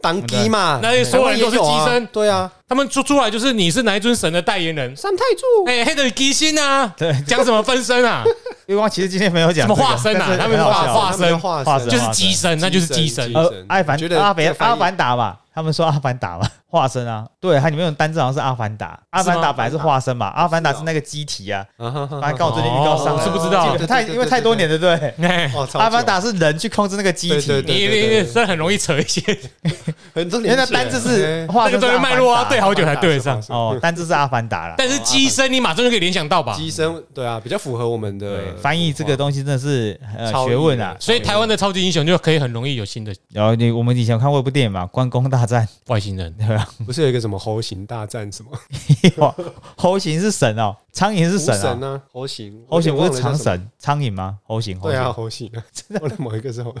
S4: 当机嘛，
S3: 那所有人都是机身，
S4: 对啊，
S3: 他们出出来就是你是哪一尊神的代言人，
S4: 三太柱，
S3: 哎、黑的机身啊，
S2: 对，
S3: 讲什么分身 啊，
S2: 月光其实今天没有讲
S3: 什
S2: 这
S3: 么
S2: 个
S3: 化身啊，
S2: 但
S3: 他
S2: 是
S3: 们
S2: 很好
S3: 化
S2: 笑
S3: 化
S4: 他们
S3: 身
S4: 化
S2: 化
S4: 身
S2: 身
S3: 就是机身，那就是机
S4: 啊机
S3: 身。
S4: 身
S2: 呃，阿凡
S4: 觉得
S2: 阿凡
S4: 这个翻译
S2: 阿凡达吧，他们说阿凡达吧，化身啊，对，它里面有单字好像是阿凡达，阿凡达本来是化身嘛，阿凡达是那个机体啊，
S4: 啊哈哈
S2: 反正刚好最近预告上
S3: 哦
S2: 了，
S3: 是不知道
S2: 记得太
S4: 对对对对
S2: 因为太多年了，对不对，
S3: 哎，
S4: 哦，超
S2: 阿凡
S4: 久
S2: 达是人去控制那个机
S4: 对对
S2: 体
S4: 对。
S3: 你你你这很容易扯一些，
S4: 很多
S2: 因为
S4: 年
S2: 那
S4: 前，
S2: 单字是
S4: 欸
S2: 化
S3: 那
S2: 身
S3: 个
S2: 是阿凡
S3: 东西
S2: 达，
S3: 脉络啊，对好久才对得上。
S2: 哦，单字是阿凡达啦。
S3: 但是机身你马上就可以联想到吧？
S4: 机身，对啊，比较符合我们
S2: 对
S4: 的，
S2: 翻译这个
S4: 文化
S2: 东西真的是呃
S4: 呃超
S2: 学问啊
S4: 硬。
S3: 所以台湾的超级英雄就可以很容易有新的
S2: 然后你我们以前有看过一部电影嘛，《关公大战
S3: 外星人。
S4: 不是有一个什么猴形大战什么》
S2: 哇，猴形是神哦，苍蝇是
S4: 狐
S2: 神
S4: 神
S2: 啊，
S4: 啊，猴形，
S2: 猴形不
S4: 我
S2: 是
S4: 有点忘
S2: 长
S4: 了叫什么，
S2: 神，苍蝇吗？猴形，猴
S4: 对啊，
S2: 形，
S4: 猴 形啊，忘了某一个是猴，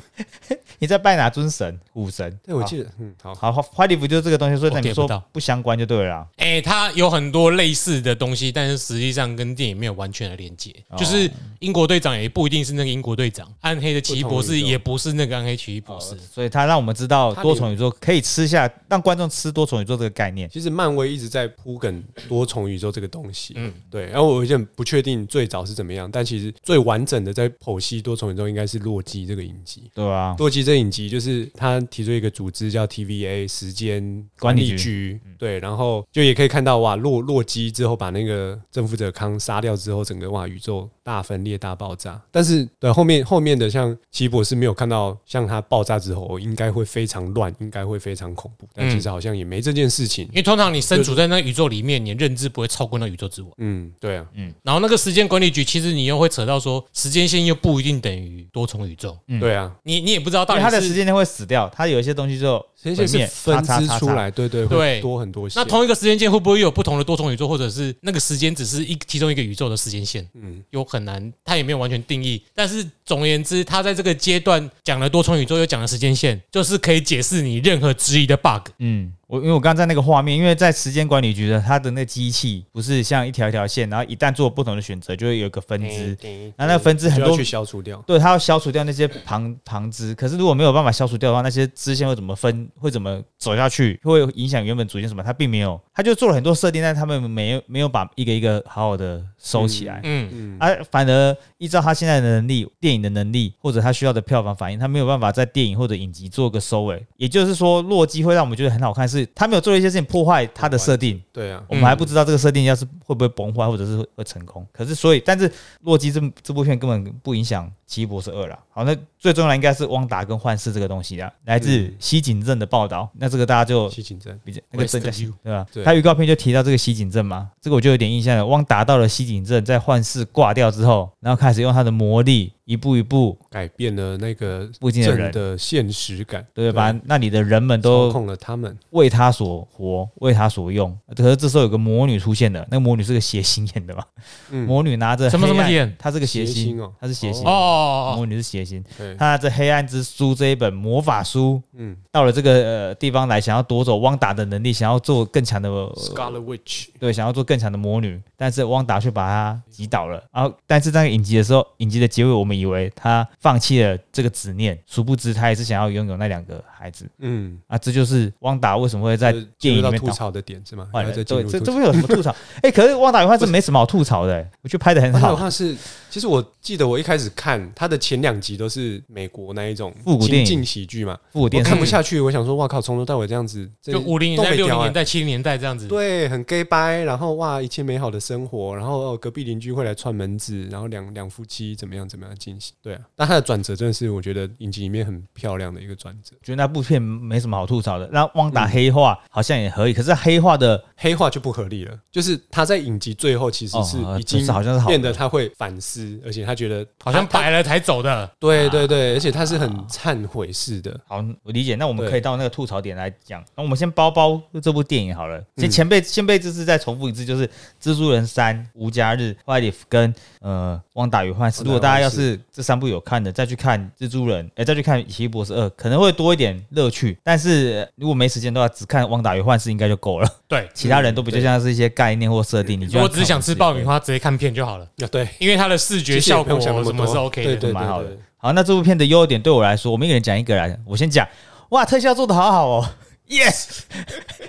S2: 你在拜哪尊神？虎神。啊
S4: 对我记得，嗯，好，
S2: 好，好，坏礼服就是这个东西，所以
S3: 我
S2: 那你
S3: 哦点不
S2: 说
S3: 到
S2: 不相关就对了啦。
S3: 哎、它有很多类似的东西，但是实际上跟电影没有完全的连接。
S2: 哦
S3: 就是英国队长也不一定是那个英国队长，暗黑的奇异博士也不是那个暗黑奇异
S4: 哦
S3: 博士。
S2: 所以他让我们知道
S4: 它
S2: 多重宇宙可以吃下，让观众吃多重宇宙这个概念。
S4: 其实漫威一直在铺梗多重宇宙这个东西，
S3: 嗯
S4: 嗯，对。然后我有点不确定最早是怎么样，但其实最完整的在剖析多重宇宙应该是洛基这个影集。
S2: 对啊，
S4: 洛基这影集就是他提出一个组织叫 TVA 时间管理局，
S2: 嗯
S4: 对，然后就也可以看到哇，洛洛基之后把那个征服者康杀掉之后，整个哇宇宙大分裂大爆炸。但是对后面后面的像奇博士没有看到，像他爆炸之后应该会非常乱，应该会非常恐怖，
S2: 嗯
S4: 但其实好像也没这件事情
S3: 因。为通常你身处在那宇宙里面，你的认知不会超过那宇宙之王。
S4: 嗯，对啊，
S3: 然后那个时间管理局，其实你又会扯到说，时间线又不一定等于多重宇宙。
S2: 嗯
S4: 对啊，
S3: 你你也不知道
S2: 因
S3: 到
S2: 为他的
S3: 底
S2: 时
S3: 是
S2: 间线会死掉，他有一些东西就
S4: 其实
S2: 毁
S4: 是
S2: 灭
S4: 分
S2: 叉叉
S4: 支
S2: 叉叉
S4: 出来，对对
S3: 对
S4: 会多很多线
S3: 那。同一个时间线会不会有不同的多重宇宙，或者是那个时间只是一其中一个宇宙的时间线？
S4: 嗯，
S3: 有很难，它也没有完全定义。但是总而言之，它在这个阶段讲了多重宇宙，又讲了时间线，就是可以解释你任何质疑的 bug。
S2: 嗯，我因为我刚才那个画面，因为在时间管理局的它的那个机器不是像一条一条线，然后一旦做不同的选择，就会有一个分支，那那个分支很
S4: 就
S2: 多
S4: 要去，消除掉。
S2: 对，它要消除掉那些旁旁支。可是如果没有办法消除掉的话，那些支线会怎么分，会怎么走下去，会影响原本主线什么？它并没有，它就做了很多设定，但是他们没有没有把一个一个好好的收起来。
S3: 嗯，
S4: 嗯，
S2: 啊，反而依照他现在的能力、电影的能力或者他需要的票房反应，他没有办法在电影或者影集做个收尾。也就是说，洛基会让我们觉得很好看，是他没有做一些事情破坏他的设定，
S4: 对啊，
S2: 我们还不知道这个设定要是会不会崩坏，或者是会成功。可是所以，但是洛基这这部片根本不影响《奇异博士二》啦。好，那最重要的应该是汪达跟幻视这个东西啊，来自西井镇的报道。那这个大家就
S4: 七情症。
S2: 比较那个增加
S3: Westview
S2: 对吧
S4: 对？
S2: 他预告片就提到这个西井镇嘛，这个我就有点印象了。汪达到了西井镇，在幻视挂掉之后，然后开始用他的魔力一步一步，
S4: 改变了那个
S2: 附近的
S4: 正
S2: 人
S4: 的现实感，
S2: 对吧？把那里的人们
S4: 操
S2: 都
S4: 控了他们。
S2: 为他所活，为他所用。可是这时候有个魔女出现了，那个魔女是个邪星演的嘛？
S4: 嗯
S2: 魔女拿着
S3: 什么
S2: 黑
S3: 什么
S2: 暗
S3: 眼
S2: 她是个邪
S4: 邪
S2: 星
S4: 星哦
S2: 她是邪星
S3: 哦，哦
S4: 嗯
S2: 魔女是邪星。
S4: 对，
S2: 她拿着《黑暗之书》这一本魔法书，
S4: 嗯
S2: 到了这个呃地方来，想要夺走汪达的能力，想要做更强的呃
S4: ，Scarlet Witch，
S2: 对，想要做更强的魔女，但是汪达却把她击倒了。然后，但是在影集的时候，影集的结尾，我们以为她放弃了这个执念，殊不知她也是想要拥有那两个孩子
S4: 嗯，
S2: 啊！这就是汪达为什么会在
S4: 这
S2: 电
S4: 进
S2: 影里
S4: 入到
S2: 面
S4: 吐
S2: 倒
S4: 槽的点是吗？
S2: 坏
S4: 然
S2: 了
S4: 后再进
S2: 哎对，
S4: 入
S2: 这
S4: 吐
S2: 这
S4: 槽
S2: 会有什么吐槽？哎、可是汪达与幻视没什么好吐槽的、欸，我觉得拍的很
S4: 哦他的
S2: 好。
S4: 话是，其实我记得我一开始看他的前两集都是美国那一种
S2: 复古电影
S4: 情境喜剧嘛，
S2: 复古
S4: 我
S2: 电视
S4: 看不下去，我想说，哇靠，从头到尾这样子，这
S3: 就五零年
S4: 都
S3: 代、
S4: 没
S3: 六零
S4: 屌欸
S3: 年代、七零年代这样子。
S4: 对，很 gay 掰，然后哇，一切美好的生活，然后、哦、隔壁邻居会来串门子，然后两两夫妻怎么样怎么样进行，对啊，但他的转折真的是我觉得影集里面很漂亮的一个转折，
S2: 觉得那部片没什么好吐槽的。那汪
S4: 嗯
S2: 达黑化好像也合理，可是黑化的
S4: 黑化就不合理了，就是他在影集最后其实
S2: 哦
S4: 是
S2: 呃
S4: 已经
S2: 这好像是好的
S4: 变得他会反思，而且他觉得
S3: 好像
S4: 他他
S3: 白了才走的，
S2: 啊
S4: 对对对，而且他是很忏悔式的，
S2: 好，我理解。那我们
S4: 对
S2: 可以到那个吐槽点来讲。那我们先包包这部电影好了。其实
S4: 嗯
S2: 前辈先辈这次再重复一次，就是《蜘蛛人三》《无家日》《What If》跟呃《汪达与幻视》。
S4: 汪达与
S2: 如果大家要
S4: 幻视
S2: 是这三部有看的，再去看《蜘蛛人》，哎，再去看《奇异博士二》，可能会多一点乐趣。但是呃如果没时间的话，只看《汪达与幻视》应该就够了。
S3: 对。
S2: 其他人都比较像是一些概念或设定。你
S3: 如果只是想吃爆米，花，直接看片就好了，
S4: 啊对，
S3: 因为它的视觉
S4: 其实也
S3: 效
S4: 不
S3: 果
S4: 用想那么
S3: 什么
S4: 多
S3: 是 OK 的。
S4: 对对对
S2: 蛮好的
S4: 对
S2: 好，那这部片的优点对我来说，我们一个人讲一个来。我先讲，哇，特效做的好好哦，yes，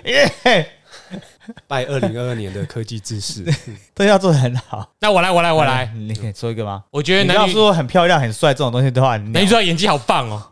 S2: 耶、
S4: 拜二零二二年的科技知 识，
S2: 特效做的很好。
S3: 那我来，我来，我
S4: 嗯
S3: 来。
S2: 你可以说一个吗？
S3: 我觉得
S2: 你
S3: 男
S2: 要
S3: 女
S2: 说很漂亮、很帅这种东西的话，你
S3: 男女主角演技好棒哦，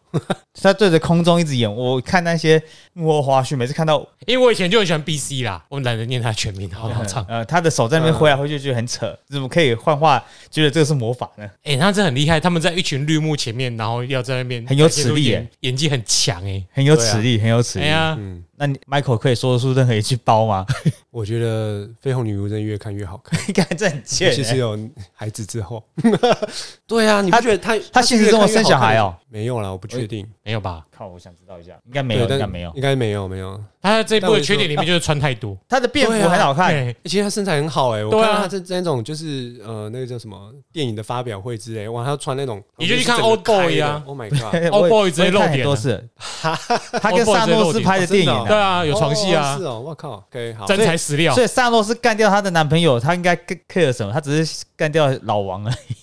S2: 他对着空中一直演。我看那些幕后花絮，每次看到
S3: 因为我以前就很喜欢 BC 啦，我懒得念他的全名，好好唱。
S2: 呃他的手在那边挥来挥去，觉得很扯，怎么可以幻化？觉得这个是魔法呢？
S3: 哎，他真的很厉害，他们在一群绿幕前面，然后要在那边
S2: 很有实力耶
S3: 演演技很强哎。
S2: 很有实力，很有实
S3: 哎
S2: 力。
S3: 呀，
S4: 嗯，
S2: 那你 Michael 可以说出任何一句包吗？
S4: 我觉得绯红女巫真的越看越好看。
S2: 你看这很
S4: 尤
S2: 贱
S4: 其是
S2: 欸。
S4: 有孩子之后， 对啊，你
S2: 他
S4: 不觉得他
S2: 他现实中生小孩哦？
S4: 没有啦，我不确定，
S3: 没有吧？
S2: 靠，我想知道一下，应该没有，
S4: 对
S2: 应该
S4: 但
S2: 没有。
S4: 应该没有，没有。
S3: 他这一部的缺点里面就是穿太多。
S2: 他的蝙蝠
S4: 对啊
S2: 很好看，
S3: 对
S4: 其实他身材很好哎，我
S3: 对啊
S4: 看到他这那种就是呃那个叫什么电影的发表会之类，哇，他穿那种哦
S3: 你就去看
S4: 就是整个
S3: Old
S4: 开
S3: Boy
S4: 的
S3: 啊
S4: ，Oh my god，
S2: 我也
S3: Old Boy 直接
S2: 我也看
S3: 露
S2: 很
S3: 脸
S2: 多
S3: 了
S2: 次。他跟
S3: ，Old Boy
S2: 萨
S3: 直接露
S2: 诺斯
S3: 脸
S2: 拍的电影啊
S4: 哦真的哦
S3: 对啊， 有床戏
S4: 哦
S3: 啊
S4: 是，哦，我靠，OK 好，。
S3: 真材实料
S2: 所。以萨诺斯干掉他的男朋友，他应该 care 什么？他只是干掉老王啊而已。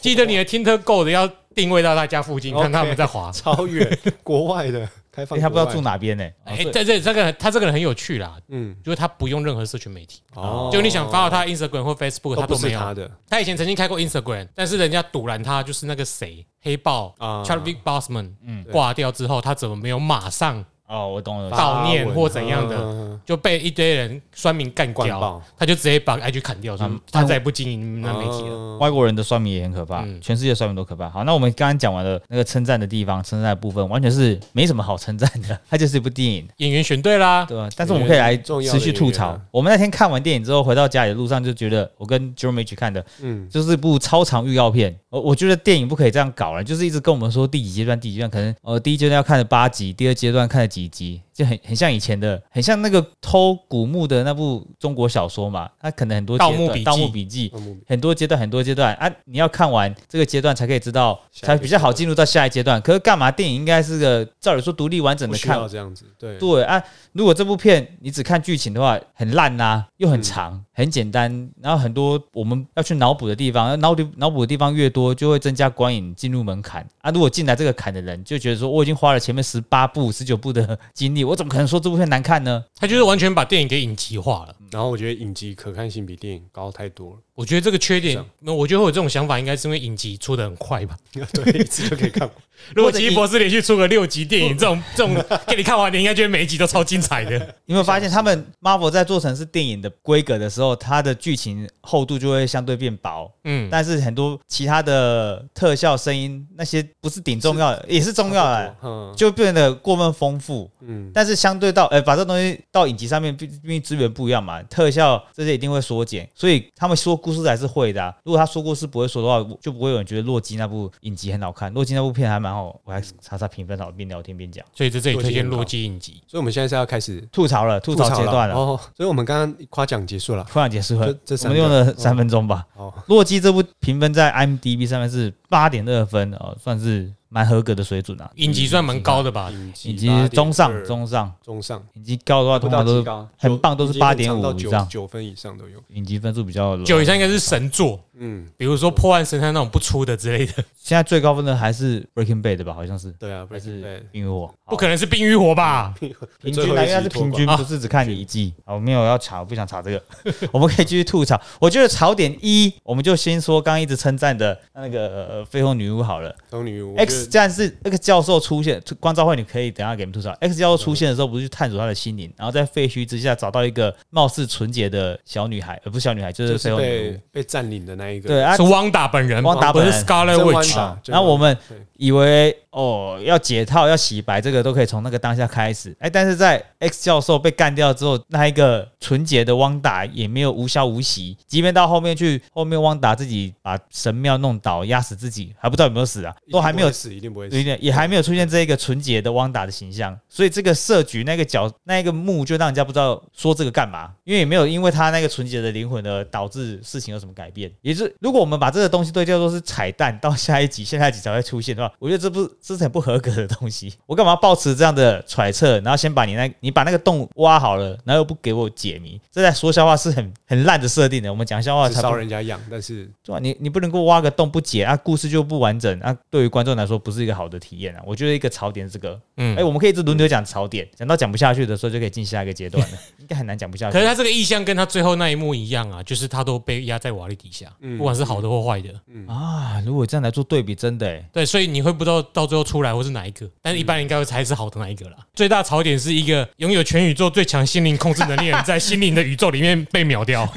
S3: 记得你的 Tinder Go 的要定位到他家附近，看他们在滑
S4: 超远国 外的开放，
S2: 他不知道住，哪边呢、哦
S3: 哎
S2: 所以，
S3: 在这这个人他这个人很有趣啦，
S4: 嗯，
S3: 就是他不用任何社群媒体，
S4: 哦
S3: 就你想发到他的 Instagram 或 Facebook，
S4: 都
S3: 他
S4: 不
S3: 都
S4: 是
S3: 没有啊
S4: 他。的
S3: 他以前曾经开过 Instagram，但是人家堵拦他，就是那个谁黑豹
S4: 啊
S3: Chadwick Boseman
S2: 嗯
S3: 挂掉之后，他怎么没有马上
S2: 哦，我懂了。
S3: 悼念
S4: 发文
S3: 或怎样的
S4: 嗯嗯
S3: 就被一堆人酸民干
S4: 灌
S3: 掉
S4: 爆？
S3: 他就直接把 IG 砍掉，说他再也不经营那媒体了。
S4: 嗯
S2: 外国人的酸民也很可怕，
S3: 嗯
S2: 全世界的酸民都可怕。好，那我们刚刚讲完了那个称赞的地方，称赞的部分完全是没什么好称赞的， 它就是一部电影，
S3: 演员选对啦，
S2: 对吧？但是我们可以来持续吐
S4: 重要的演
S2: 槽
S4: 员啊。
S2: 我们那天看完电影之后，回到家里的路上就觉得，我跟 Jeremy 去看的，
S4: 嗯，
S2: 就是一部超长预告片。我我觉得电影不可以这样搞了，就是一直跟我们说第几阶段，第几阶段，可能呃第一阶段要看了八集，第二阶段看了几集，就很很像以前的，很像那个偷古墓的那部中国小说嘛，它可能很多阶段
S3: 盗墓笔记
S2: 盗墓笔记。
S4: 那我们
S2: 很多阶段，很多阶段啊！你要看完这个阶段才可以知道，
S4: 下
S2: 才
S4: 一个
S2: 比较好进入到下一阶段。可是干嘛？电影应该是个照理说独立完整
S4: 不
S2: 的
S4: 需
S2: 看
S4: 要，这样子，对，
S2: 对啊，如果这部片你只看剧情的话，很烂呐、又很长，很简单，然后很多我们要去脑补的地方，脑补脑补的地方越多，就会增加观影进入门槛啊。如果进来这个坎的人，就觉得说我已经花了前面十八部、十九部的精力，我怎么可能说这部片难看呢？
S3: 他就是完全把电影给影集化了。
S4: 然后我觉得影集可看性比电影高太多了，
S3: 我觉得这个缺
S4: 是
S3: 点
S4: 啊，
S3: 那我觉得会有这种想法，应该是因为影集出的很快吧。
S4: 对，一次就可以看完。
S3: 如
S2: 或
S3: 果
S2: 者
S3: 奇异博士连续出个六集电影，这种这种给你看完，你应该觉得每一集都超精彩的。
S2: 你有没有发现，他们 Marvel 在做成啊是电影的规格的时候，它的剧情厚度就会相对变薄，
S3: 嗯，
S2: 但是很多其他的特效、声音那些不是顶重要的，也是 重要的，
S4: 嗯
S2: 就变得过分丰富。
S4: 嗯，
S2: 但是相对到，呃，把这东西到影集上面，毕毕竟资源不一样嘛，特效这些一定会缩减，所以他们说故事还是会的、啊。如果他说故事不会说的话，就不会有人觉得洛基那部影集很好看。洛基那部片还蛮好，我还查查评分好，边聊天边讲
S3: 所以在这里推荐《洛基影集
S4: 所以我们现在是要开始
S2: 吐槽了，吐槽阶 段了，
S4: 哦，所以我们刚刚夸奖结束了。
S2: 突然结束了
S4: 这这，
S2: 我
S4: 三
S2: 们
S4: 个
S2: 用了三分钟吧。
S4: 哦，
S2: 洛基这部评分在 IMDB 上面是八点二分哦，算是蛮合格的水准啊》，，
S3: 影集算蛮高的吧？
S4: 影
S2: 以
S4: 集
S2: 及中上
S4: 8.2
S2: 中上，
S4: 中上，
S2: 影集高的话通常都
S4: 不
S2: 是
S4: 到极高
S2: 很棒都是
S4: 影集很
S2: 8.5
S4: 长到九
S2: 以上
S4: 九分以上都有。
S2: 影集分数比较
S3: 九以上应该是神作，
S4: 嗯，
S3: 比如说《破案神探》那种不出的之类的，
S2: 现在最高分的还是 Breaking Bad 的吧？好像是
S4: 对啊，
S2: 还是
S4: 对，
S2: 冰与火？
S3: 不可能是《冰与火》吧？
S2: 平
S4: 最
S2: 均
S4: 后
S2: 来，
S4: 一
S2: 因为它
S4: 集
S2: 是
S4: 拖
S2: 平
S4: 吧
S2: 均，
S3: 啊
S2: 不是只看一季。啊，我没有要查，我不想查这个。 我们可以继续吐槽。我觉得槽点一，我们就先说刚刚一直称赞的那个呃绯红女巫好了。
S4: 超女我觉得
S2: X 战士那个教授出现，关照会你可以等一下给你们吐槽。X 教授出现的时候，不是去探索他的心灵，然后在废墟之下找到一个貌似纯洁的小女孩，呃，不是小女孩，就
S4: 就是是
S2: 绯红女巫
S4: 被。被占领的那一个，
S2: 对啊
S3: 是，汪达本人，
S2: 汪达
S3: 不
S2: 本
S3: 是
S2: 人
S3: Scarlet
S4: 真
S3: Witch。
S4: Wanda，真
S2: 然后
S4: Wanda，
S2: 我们
S4: 对
S2: 以为哦要解套要洗白，这个都可以从那个当下开始。哎，但是在 X 教授被干掉之后，那一个纯洁的汪达也没有无消无息，即便到后面去，后面汪达自己把神庙弄倒，压死自己，还不知道有没有死啊，都还没有
S4: 一定不会死，一定不会
S2: 对
S4: 死。
S2: 对，也还没有出现这一个纯洁的汪达的形象，所以这个设局那个角那一个幕就让人家不知道说这个干嘛，因为也没有因为他那个纯洁的灵魂而导致事情有什么改变。也就是如果我们把这个东西都叫做是彩蛋，到下一集下下一集才会出现的话，我觉得这不这是很不合格的东西。 我干嘛抱持这样的揣测，然后先把你那你把那个洞挖好了，然后又不给我解谜，这在说笑话是很很烂的设定的。我们讲笑话
S4: 只
S2: 才不
S4: 烧人家痒，但是
S2: 对吧、你你不能够挖个洞不解啊，故事就不完整啊，对于观众来说不是一个好的体验啊。我觉得一个槽点是这个，哎、
S3: 嗯，
S2: 我们可以一直轮流讲槽点，讲到讲不下去的时候就可以进下一个阶段 了，应该很难讲不下
S3: 可是
S2: 去。
S3: 他这个意象跟他最后那一幕一样啊，就是他都被压在瓦砾底下，不管是好的或坏的。
S2: 啊，如果这样来做对比，真的哎、
S3: 对，所以你会不知道到最后出来会是哪一个，但是一般人应该会猜是好的那一个啦。最大槽点是一个拥有全宇宙最强心灵控制能力的人，在心灵的宇宙里面被秒掉。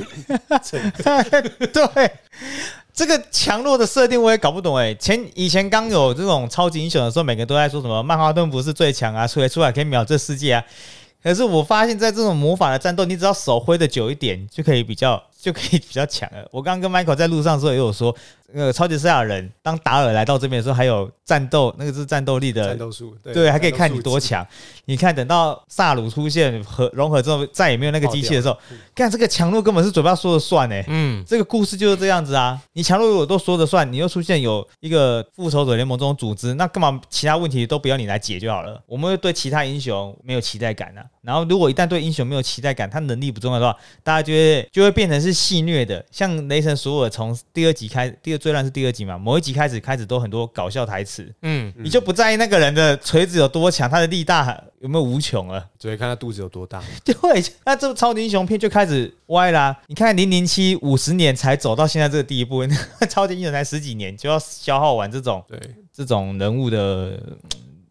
S2: 对，这个强弱的设定我也搞不懂哎、前以前刚有这种超级英雄的时候，每个人都在说什么曼哈顿不是最强啊，所以出来可以秒这世界啊。可是我发现，在这种魔法的战斗，你只要手挥的久一点，就可以比较就可以比较强了。我刚刚跟 Michael 在路上的时候也有说，那个超级赛亚人当达尔来到这边的时候，还有战斗，那个是战斗力的
S4: 战斗术对
S2: 对，还可以看你
S4: 战斗
S2: 多
S4: 术
S2: 强。你看，等到萨鲁出现和融合之后，再也没有那个机器的时候，看这个强弱根本是嘴巴说了算哎呢、
S3: 嗯，
S2: 这个故事就是这样子啊，你强弱如果都说得算，你又出现有一个复仇者联盟这种组织，那干嘛其他问题都不要你来解就好了？我们会对其他英雄没有期待感啊。然后如果一旦对英雄没有期待感，他能力不重要的话，大家就会就会变成是戏虐的。像雷神索尔从第二集开，第二最烂是第二集嘛，某一集开始开始都很多搞笑台词，
S3: 嗯，
S2: 你就不在意那个人的锤子有多强，他的力大有没有无穷了。
S4: 只会看他肚子有多大。
S2: 对，那这部超级英雄片就开始歪啦、你看零零七五十年才走到现在这个地步， 那超级英雄才十几年就要消耗完这种
S4: 对，
S2: 这种人物的嗯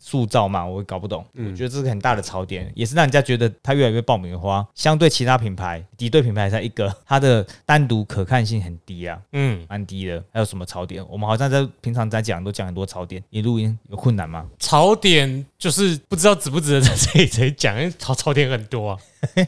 S2: 塑造嘛，我搞不懂。
S4: 嗯
S2: 我觉得这是很大的槽点，也是让人家觉得它越来越爆米花。相对其他品牌，敌对品牌才一个， 它的单独可看性很低啊，
S3: 嗯，
S2: 蛮低的。还有什么槽点？我们好像在平常在讲都讲很多槽点，你录音有困难吗？
S3: 槽点就是不知道值不值得在这里这里讲，因为槽槽点很多啊。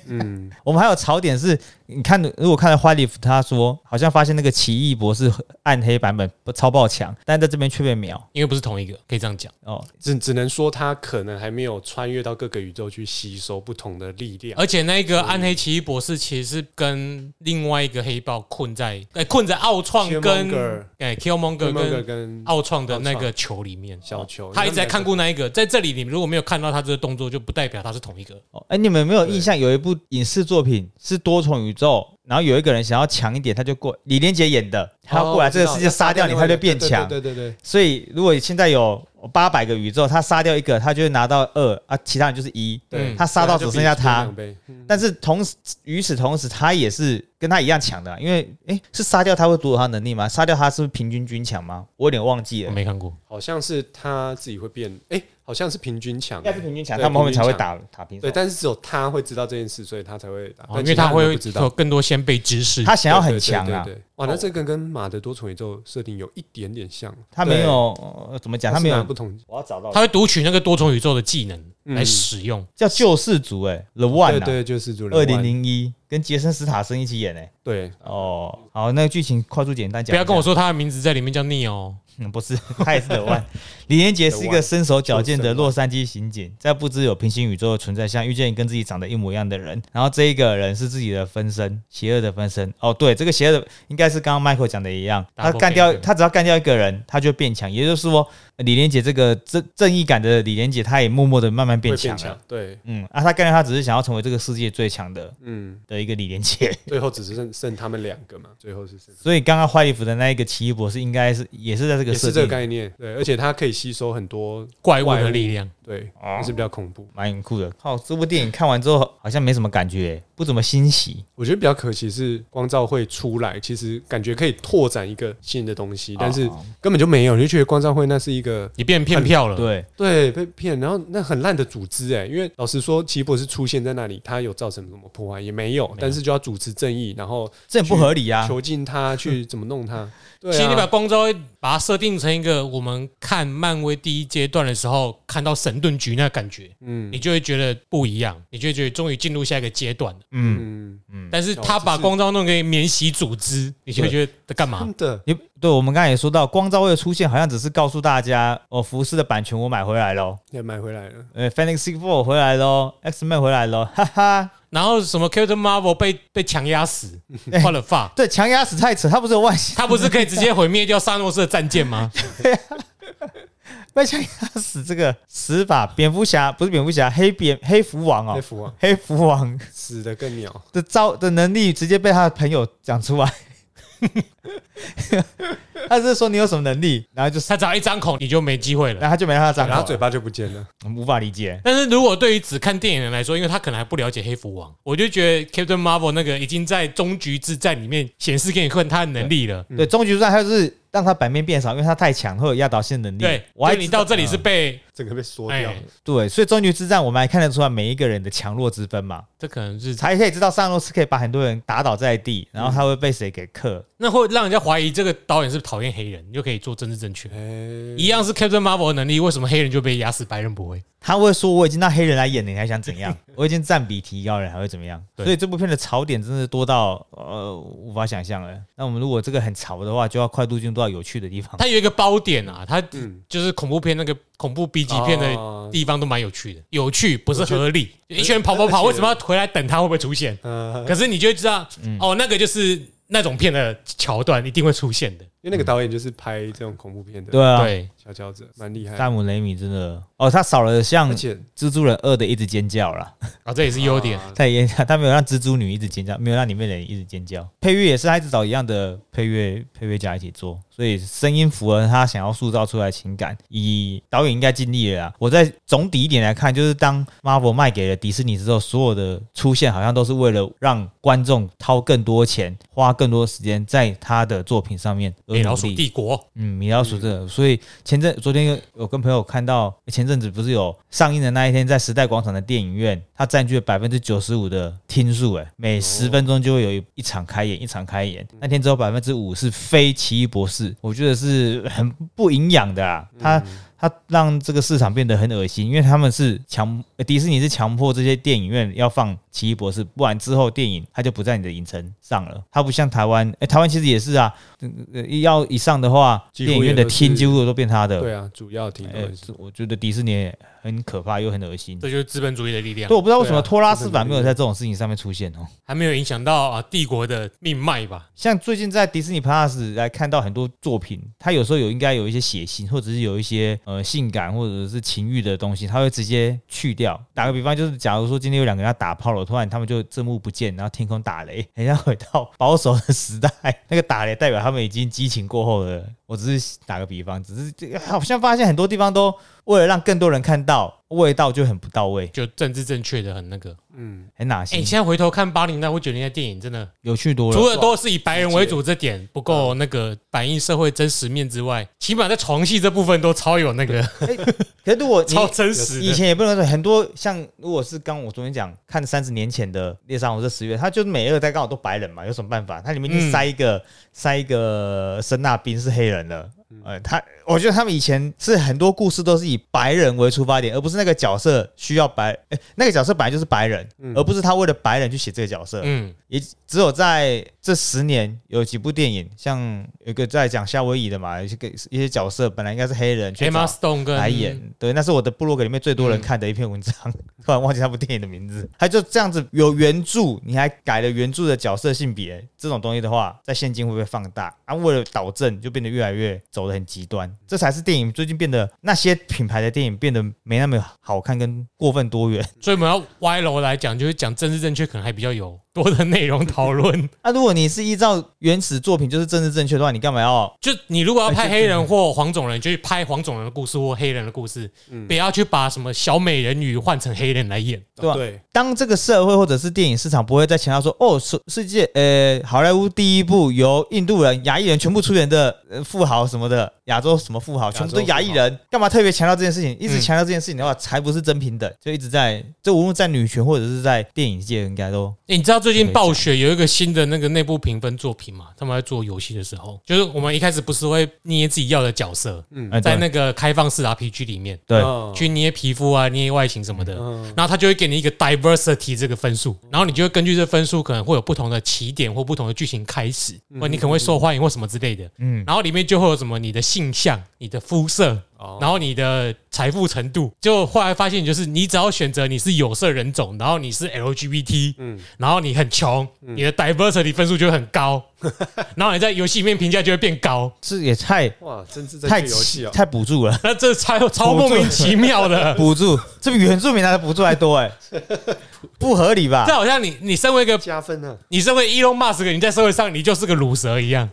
S4: 嗯，
S2: 我们还有槽点是，你看，如果看到花里夫，他说好像发现那个奇异博士暗黑版本超爆强，但在这边却被秒
S3: 因为不是同一个，可以这样讲。
S2: 哦。
S4: 只只能说他可能还没有穿越到各个宇宙去吸收不同的力量。
S3: 而且那个暗黑奇异博士其实是跟另外一个黑豹困在，哎，困在奥创跟
S4: Killmonger
S3: 哎 Killmonger
S4: 那个
S3: 跟
S4: 跟
S3: 奥创的那个球里面，哦
S4: 小球
S3: 他一直在看顾那一个，在这里你如果没有看到他这个动作，就不代表他是同一个。
S2: 哦，哎、你们有没有印象有一部影视作品是多重宇宙，然后有一个人想要强一点，他就过李连杰演的，他要过来这个世界杀掉你，他就变强。
S4: 哦对对
S3: 嗯
S4: 对，
S2: 所以如果现在有八百个宇宙，他杀掉一个，他就会拿到二啊，其他人就是一。
S3: 对
S2: 他杀到只剩下他，
S4: 对
S2: 但是同时，与此同时，他也是跟他一样强的啊、因为诶，是杀掉他会夺走他能力吗？杀掉他是不是平均均强吗？我有点忘记
S3: 我
S2: 了。
S3: 没看过，
S4: 好像是他自己会变，哎，好好像是平均强
S2: 应，该是平均强，
S4: 对
S2: 他们后面才会
S4: 平均
S2: 打打平手
S4: 对，。但是只有他会知道这件事，所以他才会打，
S3: 哦
S4: 但
S3: 因为
S4: 其
S3: 他
S4: 人都
S3: 会哦
S4: 不知
S3: 有
S4: 道。
S3: 更多先辈知识。
S2: 他想要很
S4: 对对
S2: 强啊
S4: 对，对对哇，那这个跟马的多重宇宙设定有一点点像，
S2: 他没有呃怎么
S4: 对，
S2: 讲，他没
S4: 是拿
S2: 有
S4: 不。同，
S2: 我要找到
S3: 他会读取那个多重宇宙的技能
S4: 嗯
S3: 来使用。
S2: 叫救世主哎，The
S4: 对
S2: One 啊，
S4: 对，就是主人
S2: 二
S4: 万
S2: 零，零一跟杰森斯塔森一起演哎。
S4: 对，
S2: 哦，好，那个剧情快速简单讲一
S3: 不
S2: 下。
S3: 要跟我说他的名字在里面叫 n e 哦，
S2: 嗯，不是， 他也是 The One。李连杰是一个身手矫健的
S4: 就是
S2: 洛杉矶刑警，在不知有平行宇宙的存在下，遇见跟自己长得一模一样的人，然后这一个人是自己的分身，邪恶的分身。哦，对，这个邪恶的应该是刚刚 Michael 讲的一样，他
S3: Double
S2: 干掉
S3: ganger
S2: 他只要干掉一个人，他就变强，也就是说，李连杰这个正正义感的李连杰，他也默默的慢慢变
S4: 会
S2: 强
S4: 变
S2: 了。
S4: 强，对，
S2: 嗯，啊，他干掉他只是想要成为这个世界最强的
S4: 嗯，
S2: 的一个李连杰，
S4: 最后只是剩剩他们两个嘛，最后是剩
S2: 所以刚刚坏衣服的那一个奇异博士应该是也是在这个
S4: 也
S2: 设
S4: 是这个
S2: 定，
S4: 概念，对，而且它可以吸收很多，
S3: 怪物的力量。
S4: 对，就是比较恐怖。
S2: 蛮酷的。靠，这部电影看完之后好像没什么感觉，不怎么欣喜。
S4: 我觉得比较可惜是光照会出来，其实感觉可以拓展一个新的东西，但是根本就没有，你就觉得光照会那是一个
S3: 你变骗票了，
S2: 对，
S4: 对被骗，然后那很烂的组织哎、因为老实说，奇异博士出现在那里，他有造成什么破坏也没有，但是就要主持正义，然后
S2: 这很不合理啊！
S4: 囚禁他去怎么弄他，对
S3: 其实你把
S4: 啊，
S3: 光昭把它设定成一个我们看漫威第一阶段的时候看到神盾局那感觉，
S4: 嗯
S3: 你就会觉得不一样，你就会觉得终于进入下一个阶段了。
S2: 嗯，
S4: 嗯，
S3: 但是他
S4: 哦
S3: 把
S4: 只是
S3: 光昭弄给免洗组织，你就会觉得在干嘛
S4: 真？的
S2: 你对我们刚才也说到，光照会的出现好像只是告诉大家，哦，服饰的版权我买回来喽，
S4: 也买回来了，
S2: 呃，Fantasy Four 回来喽，X Man 回来喽，哈哈。
S3: 然后什么 Captain Marvel 被被强压 死，换了发，
S2: 对，强压死太扯，他不是有外星，
S3: 他不是可以直接毁灭掉萨诺斯的战舰吗？
S2: 被强压死这个死法，蝙蝠侠不是蝙蝠侠，黑蝙黑蝠王
S4: 那
S2: 哦，
S4: 幅啊
S2: 黑蝠王
S4: 死的更鸟，
S2: 的招的能力直接被他的朋友讲出来。 他是说你有什么能力，然后就
S3: 他只要一张口你就没机会了。
S2: 然后他就没让他张
S4: 然
S2: 口
S4: 后嘴巴就不见了，
S2: 了，无法理解。
S3: 但是如果对于只看电影的人来说，因为他可能还不了解黑蝠王，我就觉得 Captain Marvel 那个已经在终局之战里面显示给你看他的能力了。
S4: 嗯
S2: 对，终局战他就是让他版面变少，因为他太强，会有压倒性能力。
S3: 对，
S2: 嗯我还
S3: 就你
S2: 知道
S3: 到这里是
S2: 嗯
S3: 被
S4: 整个被缩掉
S3: 哎
S4: 了，，
S2: 对，所以终局之战我们还看得出来每一个人的强弱之分嘛，
S3: 这可能是
S2: 才可以知道上路是可以把很多人打倒在地，然后
S3: 嗯
S2: 他会被谁给克。
S3: 那会让人家怀疑这个导演是不是讨厌黑人，你就可以做政治正确。
S4: 哎，
S3: 一样是 Captain Marvel 的能力，为什么黑人就被压死，白人不会？
S2: 他会说我已经让黑人来演了，你还想怎样？我已经占比提高了，还会怎么样？
S3: 对
S2: 所以这部片的槽点真的多到呃无法想象了。那我们如果这个很潮的话，就要快度进入到有趣的地方。
S3: 它有一个包点啊，它
S4: 嗯
S3: 就是恐怖片那个恐怖 B 级片
S2: 嗯
S3: 的
S4: 哦
S3: 地方都蛮有趣的，有趣不是合理。
S4: 觉得
S3: 一群人跑跑跑，
S4: 而且
S3: 为什么要回来等他会不会出现？
S4: 呃，
S3: 可是你就会知道，
S2: 嗯
S3: 哦，那个就是那种片的桥段一定会出现的。
S4: 因为那个导演就是拍这种恐怖片的
S2: 对啊，
S3: 对，
S4: 佼佼者，蛮厉害的。
S2: 萨姆雷米真的哦，他少了像
S4: 而且
S2: 蜘蛛人二的一直尖叫啦，
S3: 啊，这也是优点。
S4: 啊
S2: 他也他没有让蜘蛛女一直尖叫，没有让里面的人一直尖叫。配乐也是他一直找一样的配乐配乐家一起做，所以声音符合他想要塑造出来的情感。以导演应该尽力了啦。我在总体一点来看，就是当 Marvel 卖给了迪士尼之后，所有的出现好像都是为了让观众掏更多钱，花更多时间在他的作品上面而
S3: 米哎欸老
S2: 努
S3: 鼠
S2: 力。
S3: 帝国
S2: 嗯，米老鼠这个，所以前阵昨天有跟朋友看到，前阵子不是有上映的那一天，在时代广场的电影院，它占据了百分之九十五的听数，哎，每十分钟就会有一一场开演，一场开演。
S4: 嗯
S2: 那天只有百分之五是非奇异博士，我觉得是很不营养的
S4: 嗯
S2: 啊，它。它让这个市场变得很恶心，因为他们是强，呃迪士尼是强迫这些电影院要放《奇异博士》，不然之后电影它就不在你的影城上了。它不像台湾，哎、台湾其实也是啊，呃要一上的话，
S4: 几乎
S2: 电影院
S4: 也
S2: 的
S4: 都是
S2: 厅几乎都变他的。
S4: 对啊，主要听
S2: 哎、
S4: 的是
S2: 这我觉得迪士尼也很可怕又很恶心。
S3: 这
S2: 对，
S3: 就是资本主义的力量，
S2: 我不知道为什
S4: 对
S2: 么
S4: 啊
S2: 托拉斯版没有在这种事情上面出现哦。
S3: 还没有影响到啊帝国的命脉吧？
S2: 像最近在迪士尼 Plus 来看到很多作品，它有时候有应该有一些血腥，或者是有一些呃性感或者是情欲的东西，它会直接去掉。打个比方，就是假如说今天有两个人要打炮了，突然他们就字幕不见，然后天空 打雷，很像回到保守的时代，那个打雷代表他们已经激情过后了。我我只是打个比方，只是这好像发现很多地方都为了让更多人看到，味道就很不到位，
S3: 就政治正确的很那个。
S4: 嗯，
S2: 很哪
S3: 哎、
S2: 些
S3: 你现在回头看八零代或九零代电影，真的
S2: 有嗯趣多
S3: 除
S2: 了。
S3: 了都是以白人为主这点不够那个反映社会真实面之外，起码在床戏这部分都超有那个
S2: 可是如果你
S3: 超真实
S2: 以
S3: 的。
S2: 前也不能说很多像，如果是刚我昨天讲看三十年前的《猎杀红色十月》，它就是每二代刚好都白人嘛，有什么办法？它里面
S3: 嗯
S2: 就塞一个、塞一个申纳宾是黑人了。呃，他我觉得他们以前是很多故事都是以白人为出发点，而不是那个角色需要白，哎、那个角色本来就是白人，而不是他为了白人去写这个角色。
S3: 嗯，
S2: 也只有在这十年有几部电影，像有一个在讲夏威夷的嘛，有些个一些角色本来应该是黑人，却找
S3: Emma Stone 跟
S2: 来演。对，那是我的部落格里面最多人看的一篇文章， 突然忘记那部电影的名字。他就这样子有原著，你还改了原著的角色性别，这种东西的话，在现今会不会放大？啊，为了导正，就变得越来越走得很极端，这才是电影最近变得那些品牌的电影变得没那么好看跟过分多元。
S3: 所以我们要歪楼来讲，就是讲政治正确，可能还比较有多的内容讨论。
S2: 那、啊如果你是依照原始作品就是政治正确的话，你干嘛要？
S3: 就你如果要拍黑人或黄种人，就去拍黄种人的故事或黑人的故事，
S2: 嗯
S3: 不要去把什么小美人鱼换成黑人来演。
S2: 对吧
S4: 哦对，
S2: 当这个社会或者是电影市场不会再强调说，哦，世世界呃好莱坞第一部由印度人、亚裔人全部出演的、呃、富豪什么的，亚洲什么富豪
S4: 洲
S2: 全部都亚裔人，干嘛特别强调这件事情？一直
S3: 嗯
S2: 强调这件事情的话，才不是真平等，就一直在这无论在女权或者是在电影界，应该都
S3: 欸你知道最近暴雪有一个新的那个内部评分作品嘛？他们在做游戏的时候，就是我们一开始不是会捏自己要的角色，
S2: 哎对
S3: 在
S2: 哦
S3: 那个开放式 RPG 里面，
S2: 对
S4: 嗯
S3: 去捏皮肤啊、捏外形什么的，
S4: 嗯
S3: 然后他就会给你一个 diversity 这个分数，然后你就会根据这分数可能会有不同的起点或不同的剧情开始，或你可能会受欢迎或什么之类的。嗯
S2: 嗯，
S3: 然后里面就会有什么你的性向、你的肤色，
S4: 哦
S3: 然后你的财富程度。就后来发现，就是你只要选择你是有色人种，然后你是 LGBT，嗯，然后你很穷，你的 diversity 分数就会很高，然后你在游戏里面评价就会变高。
S2: 这也太
S4: 哇，政治正
S2: 太
S4: 确游戏啊，
S2: 太补助了，
S3: 那这超超莫名其妙的。
S2: 补助这比原住民拿的补助还多哎、不合理吧
S3: 这？好像你，你身为一个
S4: 加分啊，
S3: 你身为 Elon Musk，你在社会上你就是个乳蛇一样。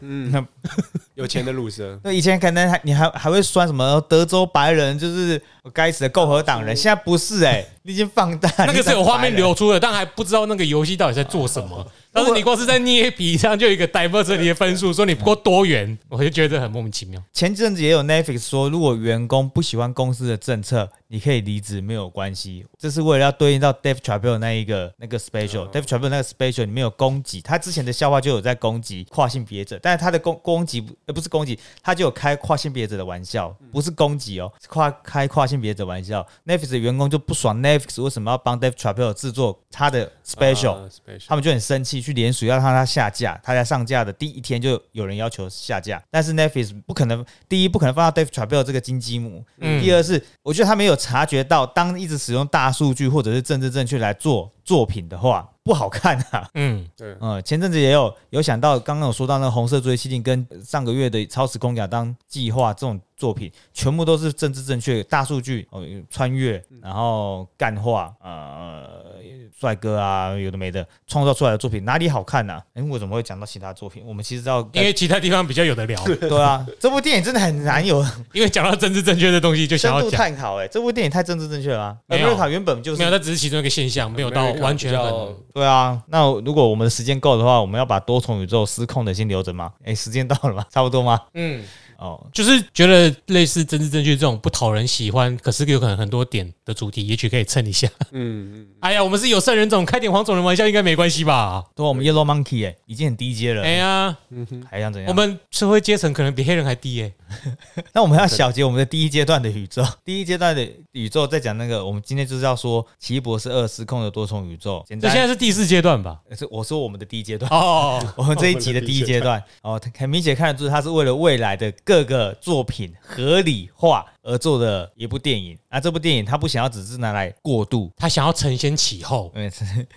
S4: 有钱的鲁蛇，
S2: 那以前可能还你还还会酸什么德州白人就是呃该死的共和党人，现在不是哎、你已经放大
S3: 哦那个是有画面。
S2: 你
S3: 流出的，但还不知道那个游戏到底在做什么。但是你光是在捏皮上就有一个 diversity 的分数，说你不够多元，我就觉得很莫名其妙。
S2: 前阵子也有 Netflix 说，如果员工不喜欢公司的政策，你可以离职，没有关系。这是为了要对应到 Dave Chappelle 那一个那个 special、Dave Chappelle 那个 special 里面有攻击，他之前的笑话就有在攻击跨性别者，但是他的攻攻击不呃不是攻击，他就有开跨性别者的玩笑，不是攻击哦，是跨开跨性别者玩笑。Netflix 的员工就不爽 Netflix 为什么要帮 Dave Chappelle 制作他的 special，、
S4: 啊 special，
S2: 他们就很生气，去联署要让他下架。他在上架的第一天就有人要求下架，但是 Netflix 不可能，第一不可能放到 Dave Chappelle 这个金鸡母，
S3: 嗯
S2: 第二是我觉得他没有察觉到，当一直使用大数据或者是政治正确来做作品的话，不好看啊。
S3: 嗯，
S4: 对，
S2: 嗯，前阵子也有有想到，刚刚有说到那个红色追击令跟上个月的超时空亚当计划这种作品，全部都是政治正确、大数据、哦、穿越，
S3: 嗯
S2: 然后干话，呃，帅哥啊，有的没的，创造出来的作品哪里好看呢、啊？哎、我怎么会讲到其他作品？我们其实要
S3: 因为其他地方比较有的聊，
S2: 对啊， 这部电影真的很难有
S3: 因为讲到政治正确的东西就
S2: 深
S3: 想要
S2: 度
S3: 讲，
S2: 探讨。哎，这部电影太政治正确了、啊。
S3: 没有
S2: 瑞卡原本就是
S3: 没有，那只是其中一个现象，没有到
S4: America
S3: 完全
S4: 比较
S3: 很。
S2: 对啊，那如果我们的时间够的话，我们要把多重宇宙失控的先留着吗？哎、时间到了吗？差不多吗？
S3: 嗯，
S2: 哦，
S3: 就是觉得类似政治正确这种不讨人喜欢，可是有可能很多点的主题，也许可以蹭一下。
S4: 嗯，
S3: 哎呀，我们是有色人种，开点黄种人玩笑应该没关系吧？
S2: 对啊，我们 Yellow Monkey 哎、已经很低阶了，
S3: 哎呀，
S2: 还想怎样？
S3: 我们社会阶层可能比黑人还低耶、
S2: 那我们要小结我们的第一阶段的宇宙， 第一阶段的宇宙在讲那个，我们今天就是要说《奇异博士二：失控的多重宇宙》，简
S3: 这
S2: 单
S3: 现在是第四阶段吧？
S2: 呃是我说我们的第一阶段。
S3: 哦，
S2: 我们这一集的第一阶段，哦，很明显看得出，它是为了未来的各个作品合理化而而做的一部电影。啊，这部电影他不想要只是拿来过渡，
S3: 他想要承先启后，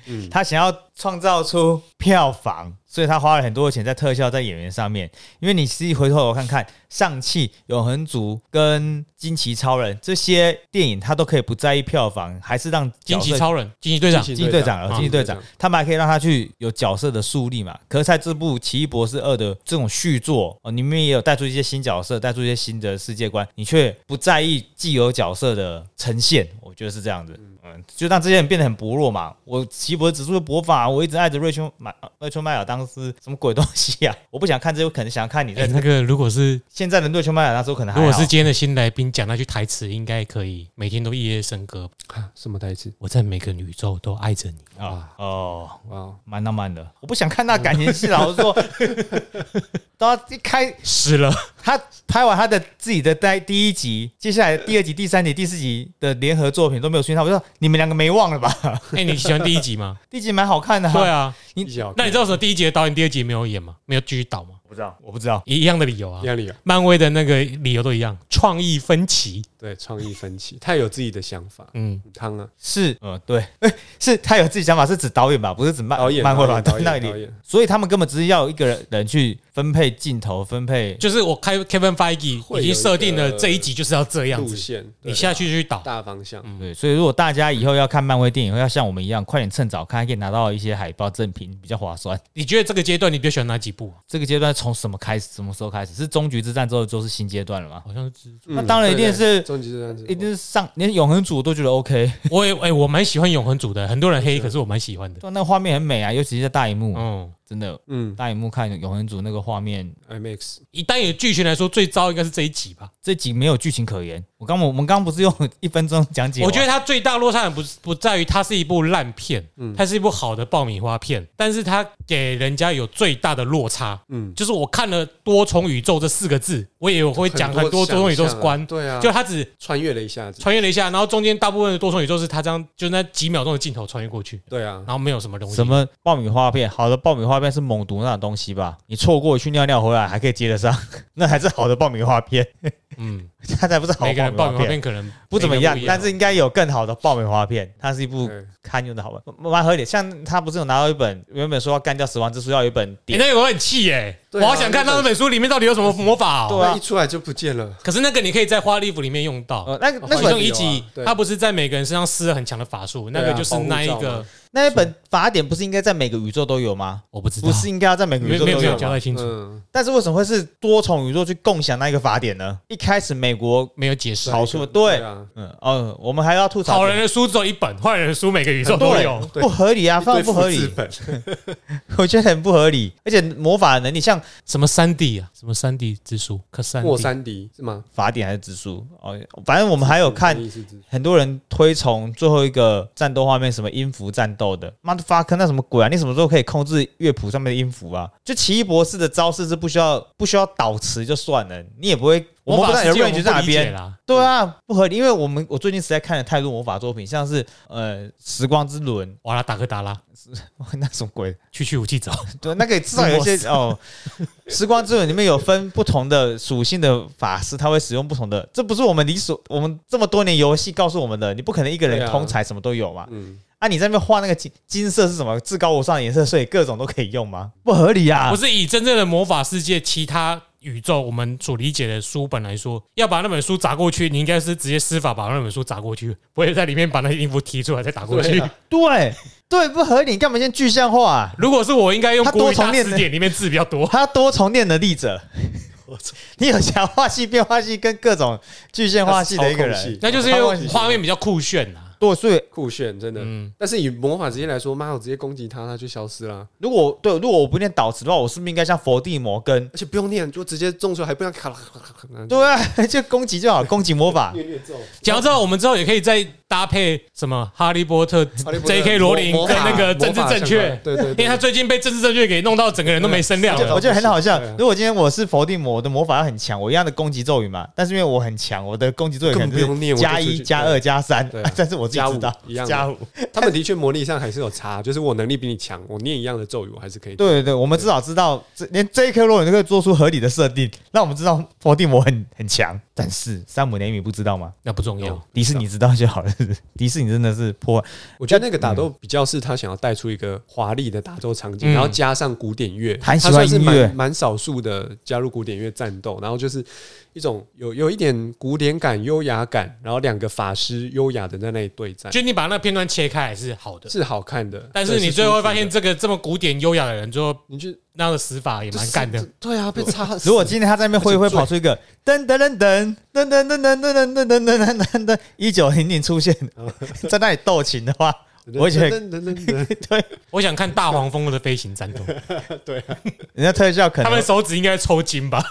S2: 嗯，他想要创造出票房，所以他花了很多的钱在特效、在演员上面。因为你实际回头我看看，《上汽》《永恒族》跟《惊奇超人》这些电影，他都可以不在意票房，还是让
S3: 惊奇
S2: 角色
S3: 超人、惊奇队长
S4: 惊，
S2: 惊奇队长
S4: 啊
S2: 了，惊奇队长
S4: 惊奇，
S2: 他们还可以让他去有角色的树立嘛。可是在这部《奇异博士二》的这种续作，哦，你们也有带出一些新角色，带出一些新的世界观，你却不在意既有角色的呈现，我觉得是这样子。嗯，就让这些人变得很薄弱嘛。我奇异博士只是个博法，我一直爱着瑞秋麦呃瑞秋麦尔当斯，什么鬼东西啊？ 我不想看这些，我可能想要看你
S3: 哎，
S2: 在
S3: 那个如果是
S2: 现在的瑞秋麦尔当斯，我可能还
S3: 如果
S2: 好
S3: 是今天的新来宾讲那句台词，应该可以每天都夜夜笙歌。
S4: 啊什么台词？
S3: 我在每个宇宙都爱着你。
S2: 啊哦。
S4: 哇，
S2: 蛮浪漫的，我不想看那感情戏。老实说， 到一开
S3: 死了，
S2: 他拍完他的自己的第第一集，接下来第二集、第三集、第四集的联合作品都没有出现他，我就说你们两个没忘了吧？
S3: 哎，你喜欢第一集吗？
S2: 第一集蛮 好看的、
S3: 对，啊，
S2: 你
S4: 一小
S3: 那你知道为什么第一集的导演第二集没有演吗？没有继续导吗？
S2: 我不知道，我不知道。
S3: 一一样的理由啊
S4: 一，样理由
S3: 漫威的那个理由都一样，创意分歧。
S4: 对创意分歧，太有自己的想法。
S3: 嗯，
S4: 汤啊，
S2: 是，呃，对， 哎、是他有自己想法，是指导演吧，不是指漫
S4: 导演
S2: 漫画吧？
S4: 导 演
S2: 那
S4: 导
S2: 里
S4: 演，
S2: 所以他们根本只是要一个人人去分配镜头，分配
S3: 就是我开 Kevin Feige
S4: 会
S3: 已经
S4: 有一个
S3: 设定了这一集就是要这样
S4: 路
S3: 子，
S4: 线啊
S3: 你下
S4: 去
S3: 去去导。
S4: 大方向，
S2: 对，所以如果大家以后要看漫威电影，要像我们一样，快点趁早看，还可以拿到一些海报赠品，比较划算。
S3: 你觉得这个阶段你比较喜欢哪几部啊？
S2: 这个阶段从什么开始？什么时候开始？是终局之战之后就是新阶段了吗？
S3: 好像是，
S4: 嗯
S2: 那当然一定是
S4: 对对终极这样子，
S2: 一定是上连永恒组都觉得 OK，
S3: 我也哎、我蛮喜欢永恒组的，很多人黑，可是我蛮喜欢的。
S2: 对，那画面很美啊，尤其是在大荧幕，
S3: 嗯，
S2: 真的
S4: 嗯
S2: 大荧幕看永恒组那个画面，
S4: ，IMAX
S3: 以单以剧情来说，最糟应该是这一集吧。
S2: 这集没有剧情可言。我刚我们刚不是用 一分钟讲解完？
S3: 我觉得它最大落差点不是不在于它是一部烂片，
S4: 嗯
S3: 它是一部好的爆米花片，但是它给人家有最大的落差。
S4: 嗯，
S3: 就是我看了“多重宇宙”这四个字，我也会讲很多多重宇宙是
S4: 想象啊
S3: 关，
S4: 对啊，
S3: 就
S4: 就
S3: 他只
S4: 穿越了一下子，
S3: 穿越了一下，然后中间大部分的多重宇宙是他这样，就那几秒钟的镜头穿越过去，
S4: 对啊
S3: 然，后没有什么东西。
S2: 什？么爆米花片，好的爆米花片是猛毒那种东西吧？你错过去尿尿回来还可以接得上， 那才是好的爆米花片，
S3: 嗯，
S2: 它才不是好
S3: 每
S2: 的
S3: 个人爆
S2: 爆米
S3: 米花
S2: 花片。
S3: 片可能
S2: 不怎么
S3: 每个
S2: 样
S3: 人不一，
S2: 但是应该有更好的爆米花片。它是一部
S4: 对
S2: 堪用的好吧，蛮合理。像他不是有拿到一本，原本说要干掉十万之书，要有一本
S3: 欸、
S2: 点，
S3: 那个我很气耶、
S4: 对
S3: 我
S4: 啊
S3: 好想看到那本书里面到底有什么魔法、哦。
S2: 对啊
S4: 那一出来就不见了，
S3: 可是那个你可以在花衣服里面用到。
S2: 呃，那
S4: 哦
S2: 那
S3: 其
S2: 本
S4: 好
S3: 中
S4: 像
S3: 一
S4: 有
S3: 集
S4: 啊，对
S3: 他不是在每个人身上施了很强的法术，那
S4: 对
S3: 个
S4: 啊
S3: 就是那一
S4: 保护罩
S3: 个
S4: 嘛，
S2: 那一本法典不是应该在每个宇宙都有吗？
S3: 我不知道，
S2: 不是应该要在每个
S3: 没
S2: 宇
S3: 有
S2: 宙
S3: 没
S2: 都
S3: 有没有
S2: 有
S3: 交
S2: 吗？
S3: 代清楚，
S4: 嗯，
S2: 但是为什么会是多重宇宙去共享那一个法典
S3: 嗯
S2: 呢？一开始美国，
S3: 没有解释。
S2: 好处对
S4: 啊，
S2: 嗯哦，我们还要吐槽
S3: 好人的书只有一本，坏人的书每个宇宙都有。
S2: 对不合理啊，非常不合
S4: 一堆
S2: 理
S4: 复，制本
S2: 我觉得很不合理。而且魔法的能力像
S3: 什么三 D 啊，什么三 D 之书，可三 D
S4: 莫三迪是吗？
S2: 法典还是指数哦，反正我们还有看
S4: 意思是
S2: 很多人推崇最后一个战斗画面，什么音符战斗的，妈的 fuck，那什么鬼啊？你什么时候可以控制乐谱上面的音符啊？就奇异博士的招式是不需要不需要导词就算了，你也不会，我们不知道你的 range 在哪边。
S3: 啦。
S2: 对啊，不合理，因为我们我最近实在看了太多魔法作品，像是呃《时光之轮》
S3: 瓦拉达克达拉，
S2: 哇，那什么鬼？
S3: 区区武器走。
S2: 对，那个至少有一些哦，《时光之轮》里面有分不同的属性的法师，他会使用不同的，这不是我们理所我们这么多年游戏告诉我们的，你不可能一个
S4: 对
S2: 人
S4: 啊
S2: 通才什么都有嘛。
S4: 嗯，
S2: 啊，你在那边画那个金金色是什么至高无上的颜色，所以各种都可以用吗？不合理啊
S3: 不！是以真正的魔法世界其他宇宙我们所理解的书本来说，要把那本书砸过去，你应该是直接施法把那本书砸过去，不会在里面把那些音符提出来再打过
S4: 对
S3: 去。
S4: 啊
S2: 对对，不合理，你干嘛先具象化、啊？
S3: 如果是我，应该用
S2: 他
S3: 国
S2: 多
S3: 语大
S2: 重练
S3: 词典里面字比较多。
S2: 他要多重念能力者，你有强化系、变化系跟各种具象化系的一个
S4: 操控系
S2: 人，
S3: 那就是因为画面比较酷炫啊。
S2: 对，所以
S4: 酷炫真的，
S3: 嗯
S4: 但是以魔法直接来说，妈，我直接攻击他，他就消失了，
S2: 如果对，如果我不念导词的话，我是不是应该像佛地魔跟
S4: 而且不用念，就直接中出来，还不用卡啦卡啦卡啦，
S2: 对啊，就攻击就好，攻击魔 法。
S4: 虐虐咒，
S3: 讲到这，我们之后也可以再搭配什么哈利波特、
S4: 哈利波特
S3: J.K. 罗琳跟那个政治正
S4: 魔法魔法相
S3: 确
S4: 关，对对
S3: 因为
S4: 对，
S3: 他最近被政治正确给弄到整个人都没声量
S4: 对
S3: 了
S4: 啊。
S2: 我觉得很好笑
S4: 对啊。
S2: 如果今天我是佛地魔，我的魔法要很强，我一样的攻击咒语嘛。但是因为我很强，我的攻击咒语可
S4: 根本
S2: 能
S4: 不用念
S2: 是加
S4: 我就出
S2: 一、
S4: 去
S2: 加二、加三
S4: 对，
S2: 但是我自己知道
S4: 加五一样的
S2: 加五。
S4: 他们的确魔力上还是有差，就是我能力比你强，我念一样的咒语，我还是可以。
S2: 对对对，我们至少知道，这连这一颗罗你都可以做出合理的设定，让我们知道佛地魔很很强。但是山姆雷米不知道吗？
S3: 那不重要。
S2: 迪士尼知道就好了。是不是迪士尼真的是破坏，
S4: 我觉得那个打斗比较是他想要带出一个华丽的打斗场景，
S3: 嗯
S4: 然后加上古典乐，
S2: 很喜
S4: 他
S2: 欢
S4: 算
S2: 音
S4: 是
S2: 乐
S4: 蛮蛮少数的加入古典乐战斗，然后就是一种有有一点古典感、优雅感，然后两个法师优雅的在那里对战，
S3: 就你把那片段切开还是好的，
S4: 是好看的。
S3: 但是
S4: 对
S3: 你最后会发
S4: 舒服
S3: 现，
S4: 的
S3: 这个这么古典优雅的人，最后
S4: 你就
S3: 那个死法也蛮干的
S4: 这。这对啊，被插死。
S2: 如果今天他在那边挥一挥，
S4: 而且最
S2: 跑出一个噔噔噔噔噔噔噔噔噔噔噔噔噔噔噔，一九零零出现，在那里斗琴的话，我以前
S4: 噔噔噔噔噔
S3: 我想看大黄蜂的飞行战 斗，
S2: 人家特效可
S3: 他们
S2: 能
S3: 手指应该抽筋吧？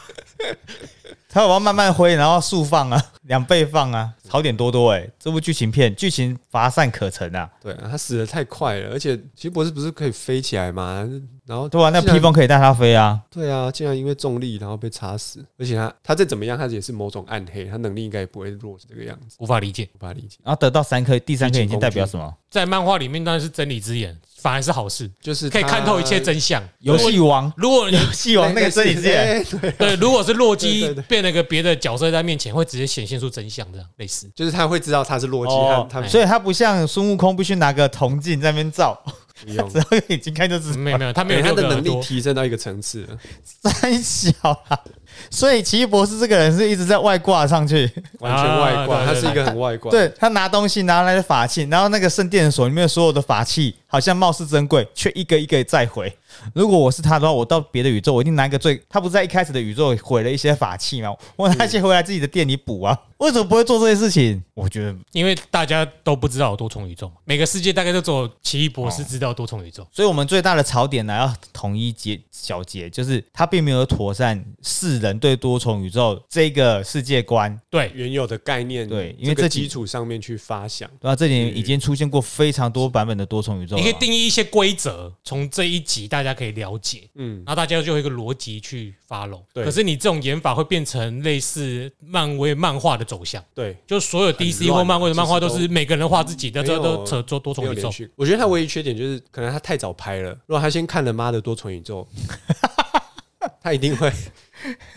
S2: 他往慢慢挥，然后速放啊，两倍放啊，好点多多哎、欸！这部剧情片剧情乏善可陈啊，
S4: 对啊，他死的太快了，而且其实博士不是可以飞起来吗？然后
S2: 对啊，那
S4: 竟然
S2: 披风可以带他飞啊，
S4: 对啊，竟然因为重力然后被插死，而且他他再怎么样，他也是某种暗黑，他能力应该也不会弱是这个样子，
S3: 无法理解，
S4: 无法理解。
S2: 然后得到三颗，第三颗眼睛代表什么？
S3: 在漫画里面当然是真理之眼，反而是好事，
S4: 就是
S3: 可以
S4: 他
S3: 看透一切。啊真相。
S2: 游戏王，
S3: 如果你
S2: 游戏王那个真理之眼，
S4: 哎 对，
S3: 对，如果是洛基
S4: 对对对
S3: 变了个别的角色在面前，会直接显现出真相，这样类 似。
S4: 就是他会知道他是洛基，
S2: 哦
S4: 他他
S2: 所以他不像孙悟空必须拿个铜镜在那边照，
S4: 不用
S2: 只，要眼睛看就知道
S3: 没有没有，他没有
S4: 哎他
S3: 六
S4: 的
S3: 个
S4: 能
S3: 耳
S4: 力
S3: 朵，
S4: 提升到一个层次了，
S2: 三小啊，所以奇异博士这个人是一直在外挂上去，
S4: 完全外挂，
S3: 啊
S4: 他
S3: 对对
S4: 是一个很外挂。
S2: 对他拿东西拿来的法器，然后那个圣殿所里面所有的法器好像貌似珍贵，却一个一个再毁。如果我是他的话，我到别的宇宙，我一定拿一个最……他不是在一开始的宇宙毁了一些法器吗？我拿一些回来自己的店里补啊， 为什么不会做这些事情？我觉得，
S3: 因为大家都不知道有多重宇宙嘛，每个世界大概都只有奇异博士知道多重宇宙。
S2: 所以我们最大的槽点呢，要统一结小结，就是他并没有妥善世人对多重宇宙这个世界观
S3: 对，
S4: 原有的概念，
S2: 对因为
S4: 这个
S2: 这几
S4: 基础上面去发想，
S2: 对啊吧、这里已经出现过非常多版本的多
S4: 啊
S2: 重宇宙了啊
S3: 你
S2: 嘛，
S3: 可以定义一些规则，从这一集大家可以了解，
S4: 嗯，
S3: 然后大家就有一个逻辑去 follow。
S4: 对
S3: 可是你这种演法会变成类似漫威漫画的走向，
S4: 对，
S3: 就所有 DC
S4: 乱啊
S3: 或漫威的漫画都
S4: 其实
S3: 是每个人画自己的，
S4: 没
S3: 这
S4: 有
S3: 都扯做多
S4: 没
S3: 重
S4: 有
S3: 宇宙
S4: 连。续。我觉得他唯一缺点就是可能他太早拍了，如果他先看了妈的多重 宇宙，他一定会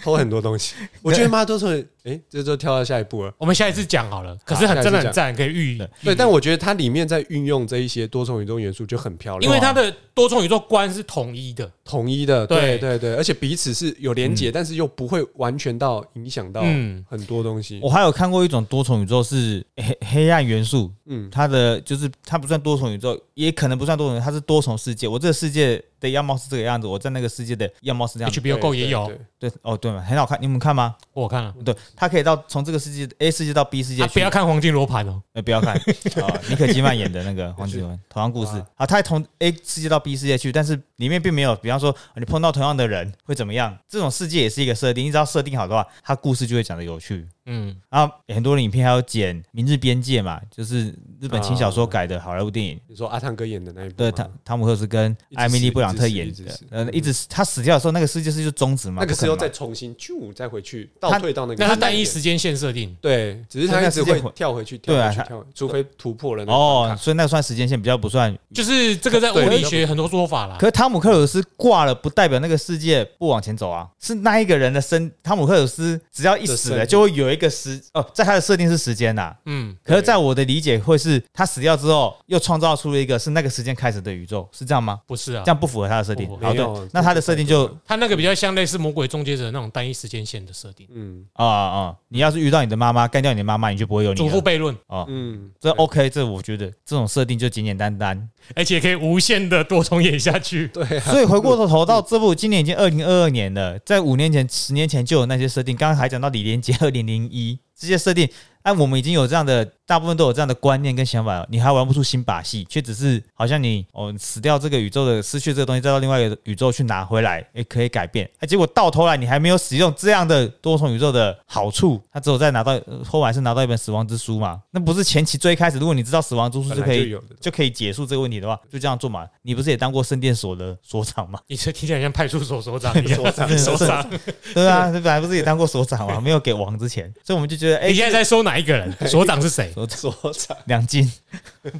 S4: 偷很多东西。我觉得妈的多重宇，哎、这就跳到下一步了。
S3: 我们下一次讲好了，可是
S4: 啊下
S3: 很
S4: 一次
S3: 真的很
S4: 讲
S3: 赞，可以预
S2: 对
S4: 对，但我觉得它里面在运用这一些多重宇宙元素就很漂
S3: 因
S4: 亮，
S3: 为它的多重宇宙观是统一的，
S4: 统一的，
S3: 对
S4: 对对对，而且彼此是有连结，但是又不会完全到影响到
S3: 嗯
S4: 很多东西。
S2: 我还有看过一种多重宇宙是黑黑暗元素，
S4: 嗯，
S2: 它的就是它不算多重宇宙，也可能不算多重，它是多重世界。我这个世界的样貌是这个样子，我在那个世界的样貌是这样子。
S3: HBO Go
S4: 对
S3: 也有
S4: 对，对
S2: 对，哦，对嘛，很好看，你们看吗？
S3: 我看了，
S2: 对，它可以到从这个世界 A 世界到 B 世界
S3: 啊不
S2: 去。
S3: 要看黄金罗盘哦，
S2: 呃，不要 看，啊，尼可基曼演的那个黄子文同样故事
S4: 哇
S2: 啊，他从 A 世界到 B 世界去，但是里面并没有，比方说啊你碰到同样的人会怎么样，这种世界也是一个设定，你只要设定好的话，他故事就会讲得有趣。
S3: 嗯，
S2: 然后很多的影片还有剪《明日边界》嘛，就是日本轻小
S4: 哦
S2: 说改的好莱坞电影。
S4: 你说阿汤哥演的那一部吗，
S2: 对，汤汤姆克斯跟
S4: 一直
S2: 艾米丽
S4: 死
S2: 布朗特
S4: 一直死
S2: 演
S4: 一直
S2: 的
S4: 死，嗯
S2: 呃，一直死他死掉的时候，那个世界是就终止嘛，
S4: 那个
S2: 不可
S4: 时
S2: 能
S4: 候
S2: 嘛
S4: 再重新就再回去
S2: 它
S4: 倒退到那个
S3: 那它
S4: 时代
S3: 单一
S4: 点
S3: 时间线设定，
S4: 对，只是
S2: 所
S4: 他
S2: 以那
S4: 一
S2: 时
S4: 直
S2: 间
S4: 会
S2: 回
S4: 跳回去，
S2: 对
S4: 跳
S2: 啊
S4: 回去，
S2: 它
S4: 跳回去，除非突破了那个
S2: 哦
S4: 关，卡。
S2: 所以那算时间线比较不算。
S3: 就是这个在物理学很多说法啦
S2: 啊可。是汤姆克鲁斯挂了，不代表那个世界不往前走啊，是那一个人的身，汤姆克鲁斯只要一
S4: 的
S2: 死
S4: 身
S2: 了，
S4: 体
S2: 就会有一个时哦，在他的设定是时间呐、啊
S3: 嗯，
S2: 可是，在我的理解，会是他死掉之后，又创造出了一个是那个时间开始的宇宙，是这样吗？
S3: 不是啊
S2: 这，样不符合他的设定
S3: 不。符合
S2: 好，
S4: 哦没
S2: 对
S4: 有，
S2: 那他的设定就
S3: 它那个比较像类似魔鬼终结者那种单一时间线的设定，
S4: 嗯
S2: 啊啊、你要是遇到你的妈妈，干掉你的妈妈，你就不会有
S3: 祖
S2: 你
S3: 父
S2: 了。
S3: 悖论，
S2: 哦，
S4: 嗯，
S2: 这 OK，这我觉得这种设定就简简单单。
S3: 而且可以无限的多重演下去。
S4: 对啊，
S2: 所以回过头头到这部，今年已经二零二二年了，在五年前、十年前就有那些设定。刚刚还讲到李连杰 二零零一这些设定，哎，我们已经有这样的，大部分都有这样的观念跟想法了，你还玩不出新把戏，却只是好像你哦死掉这个宇宙的，失去这个东西，再到另外一个宇宙去拿回来，也可以改变。哎，结果到头来你还没有使用这样的多重宇宙的好处，他只有再拿到呃后来是拿到一本死亡之书嘛，那不是前期最开始，如果你知道死亡之书
S4: 本
S2: 就
S4: 来
S2: 可
S4: 就
S2: 以
S4: 有的。
S2: 就可以结束这个问题的话，就这样做嘛。你不是也当过圣殿所的所长吗？
S3: 你这听起来像派出所所长一样，
S4: 所长
S3: 所长。
S2: 对啊，本来不是也当过所长嘛，没有给王之前，所以我们就觉得，哎、
S3: 你现在在说哪一个人？所长是谁？
S4: 所长，
S2: 两金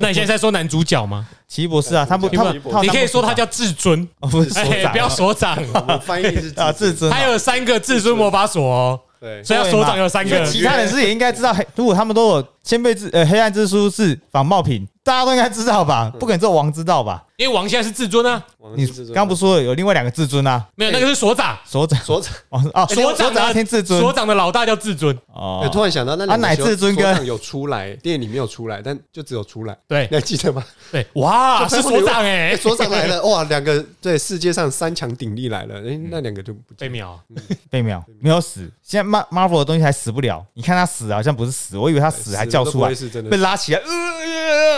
S3: 那你现在在说男主角吗？
S2: 奇异博士啊，他不，
S4: 奇异
S2: 他
S4: 博
S2: 不
S4: 士，
S2: 他有
S3: 你
S2: 当
S3: 可以
S2: 过
S3: 说他
S2: 所
S3: 叫至尊，
S2: 长哦不是所
S3: 哎，
S2: 长，
S3: 不要所长，
S4: 我们翻译是
S2: 啊，至尊
S3: 他
S2: 啊，
S3: 有三个至尊魔法所哦。
S4: 对，
S3: 所以他手掌有三
S2: 因为
S3: 个。
S2: 其他人是也应该知道，嘿如果他们都有先辈之呃黑暗之书是仿冒品，大家都应该知道
S3: 嗯
S2: 吧？不可能只有王知道吧？
S3: 因为王现在是至尊啊，
S2: 你刚不说有另外两个至尊啊，
S3: 没有那个是所长，
S2: 所长
S4: 所长？
S2: 王哦，
S3: 所长
S2: 长要
S3: 的
S2: 听至尊
S3: 所长的老大叫至尊，
S2: 哦
S4: 我，突然想到，那
S2: 啊
S4: 两个
S2: 乃
S4: 球
S2: 至尊
S4: 所
S2: 跟
S4: 长有出来，电影里没有出来，但就只有出来，
S3: 对
S4: 你还记得吗？
S3: 对， 哇，
S4: 就是
S3: 所长哎，
S4: 所长来了，哇，两个对世界上三强鼎立来了，哎，那两个就不
S3: 被秒，
S2: 嗯
S3: 啊
S2: 被秒没有死，现在 Mar Marvel 的东西还死不了，你看他死好像不是死，我以为他哎死还叫出来，
S4: 是真
S2: 被
S4: 的。
S2: 拉起来，呃呃，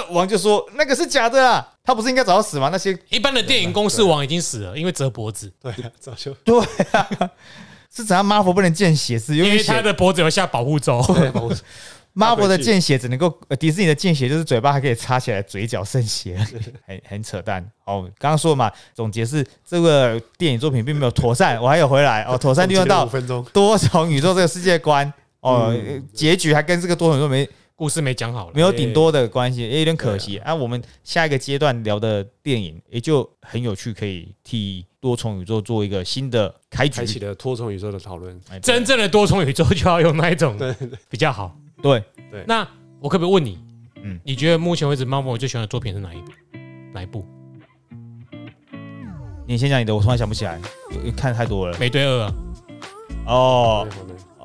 S2: 呃王就说那个是假的啊，他不是应该早就死吗？那些
S3: 一般的电影公式王已经死了，因为折脖子，
S4: 对啊，早就
S2: 对啊，是怎样 Marvel 不能见血是因
S3: 因
S2: 为
S3: 为他
S2: 血
S3: 的脖子有下保护罩。
S4: 对啊我
S2: Marvel 的见血只能够，呃，迪士尼的见血就是嘴巴还可以插起来，嘴角渗 血，很很扯淡。哦，刚刚说嘛，总结是这个电影作品并没有妥善，我还有回来哦，妥善利用
S4: 五
S2: 到
S4: 分钟，
S2: 多重宇宙这个世界观，哦，
S4: 嗯
S2: 呃结局还跟这个多重宇宙没
S3: 故事没讲好了，
S2: 没有顶多的关系，也有点可惜。啊，我们下一个阶段聊的电影也就很有趣，可以替多重宇宙做一个新的开
S4: 开启
S2: 局。
S4: 了多重宇宙的讨论。
S2: 哎对
S3: 真正的多重宇宙就要用那一种
S4: 对
S3: 比较好。
S2: 对
S3: 那我可不可以问你，
S2: 嗯
S3: 你觉得目前为止 Marvel 最喜欢的作品是哪一部？哪一部？
S2: 你先讲你的，我突然想不起来，呃看太多了。
S3: 美队二啊，
S2: 哦，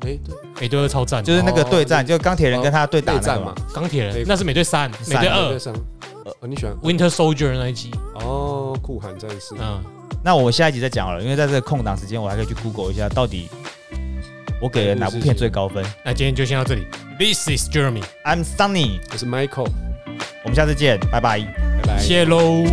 S4: 哎，对，
S3: 美队二超赞，哦
S2: 就是那个对战，就钢铁人跟他对打
S4: 内
S2: 那个
S4: 战
S2: 嘛嗯
S4: 嘛，
S3: 钢铁人
S4: 美，
S3: 那是美队三，美
S2: 三
S3: 队
S4: 对
S3: 二
S4: 上。哦，你喜欢
S3: ，Winter Soldier 那一集，
S4: 哦，酷寒战士。
S3: 嗯，
S2: 那我下一集再讲好了，因为在这个空档时间，我还可以去 Google 一下到底我给了哪部片最高分。
S3: 那今天就先到这里。This is Jeremy，
S2: I'm Sunny，
S4: 我是 Michael，
S2: 我们下次见，拜拜。
S4: 拜拜。
S3: 谢喽。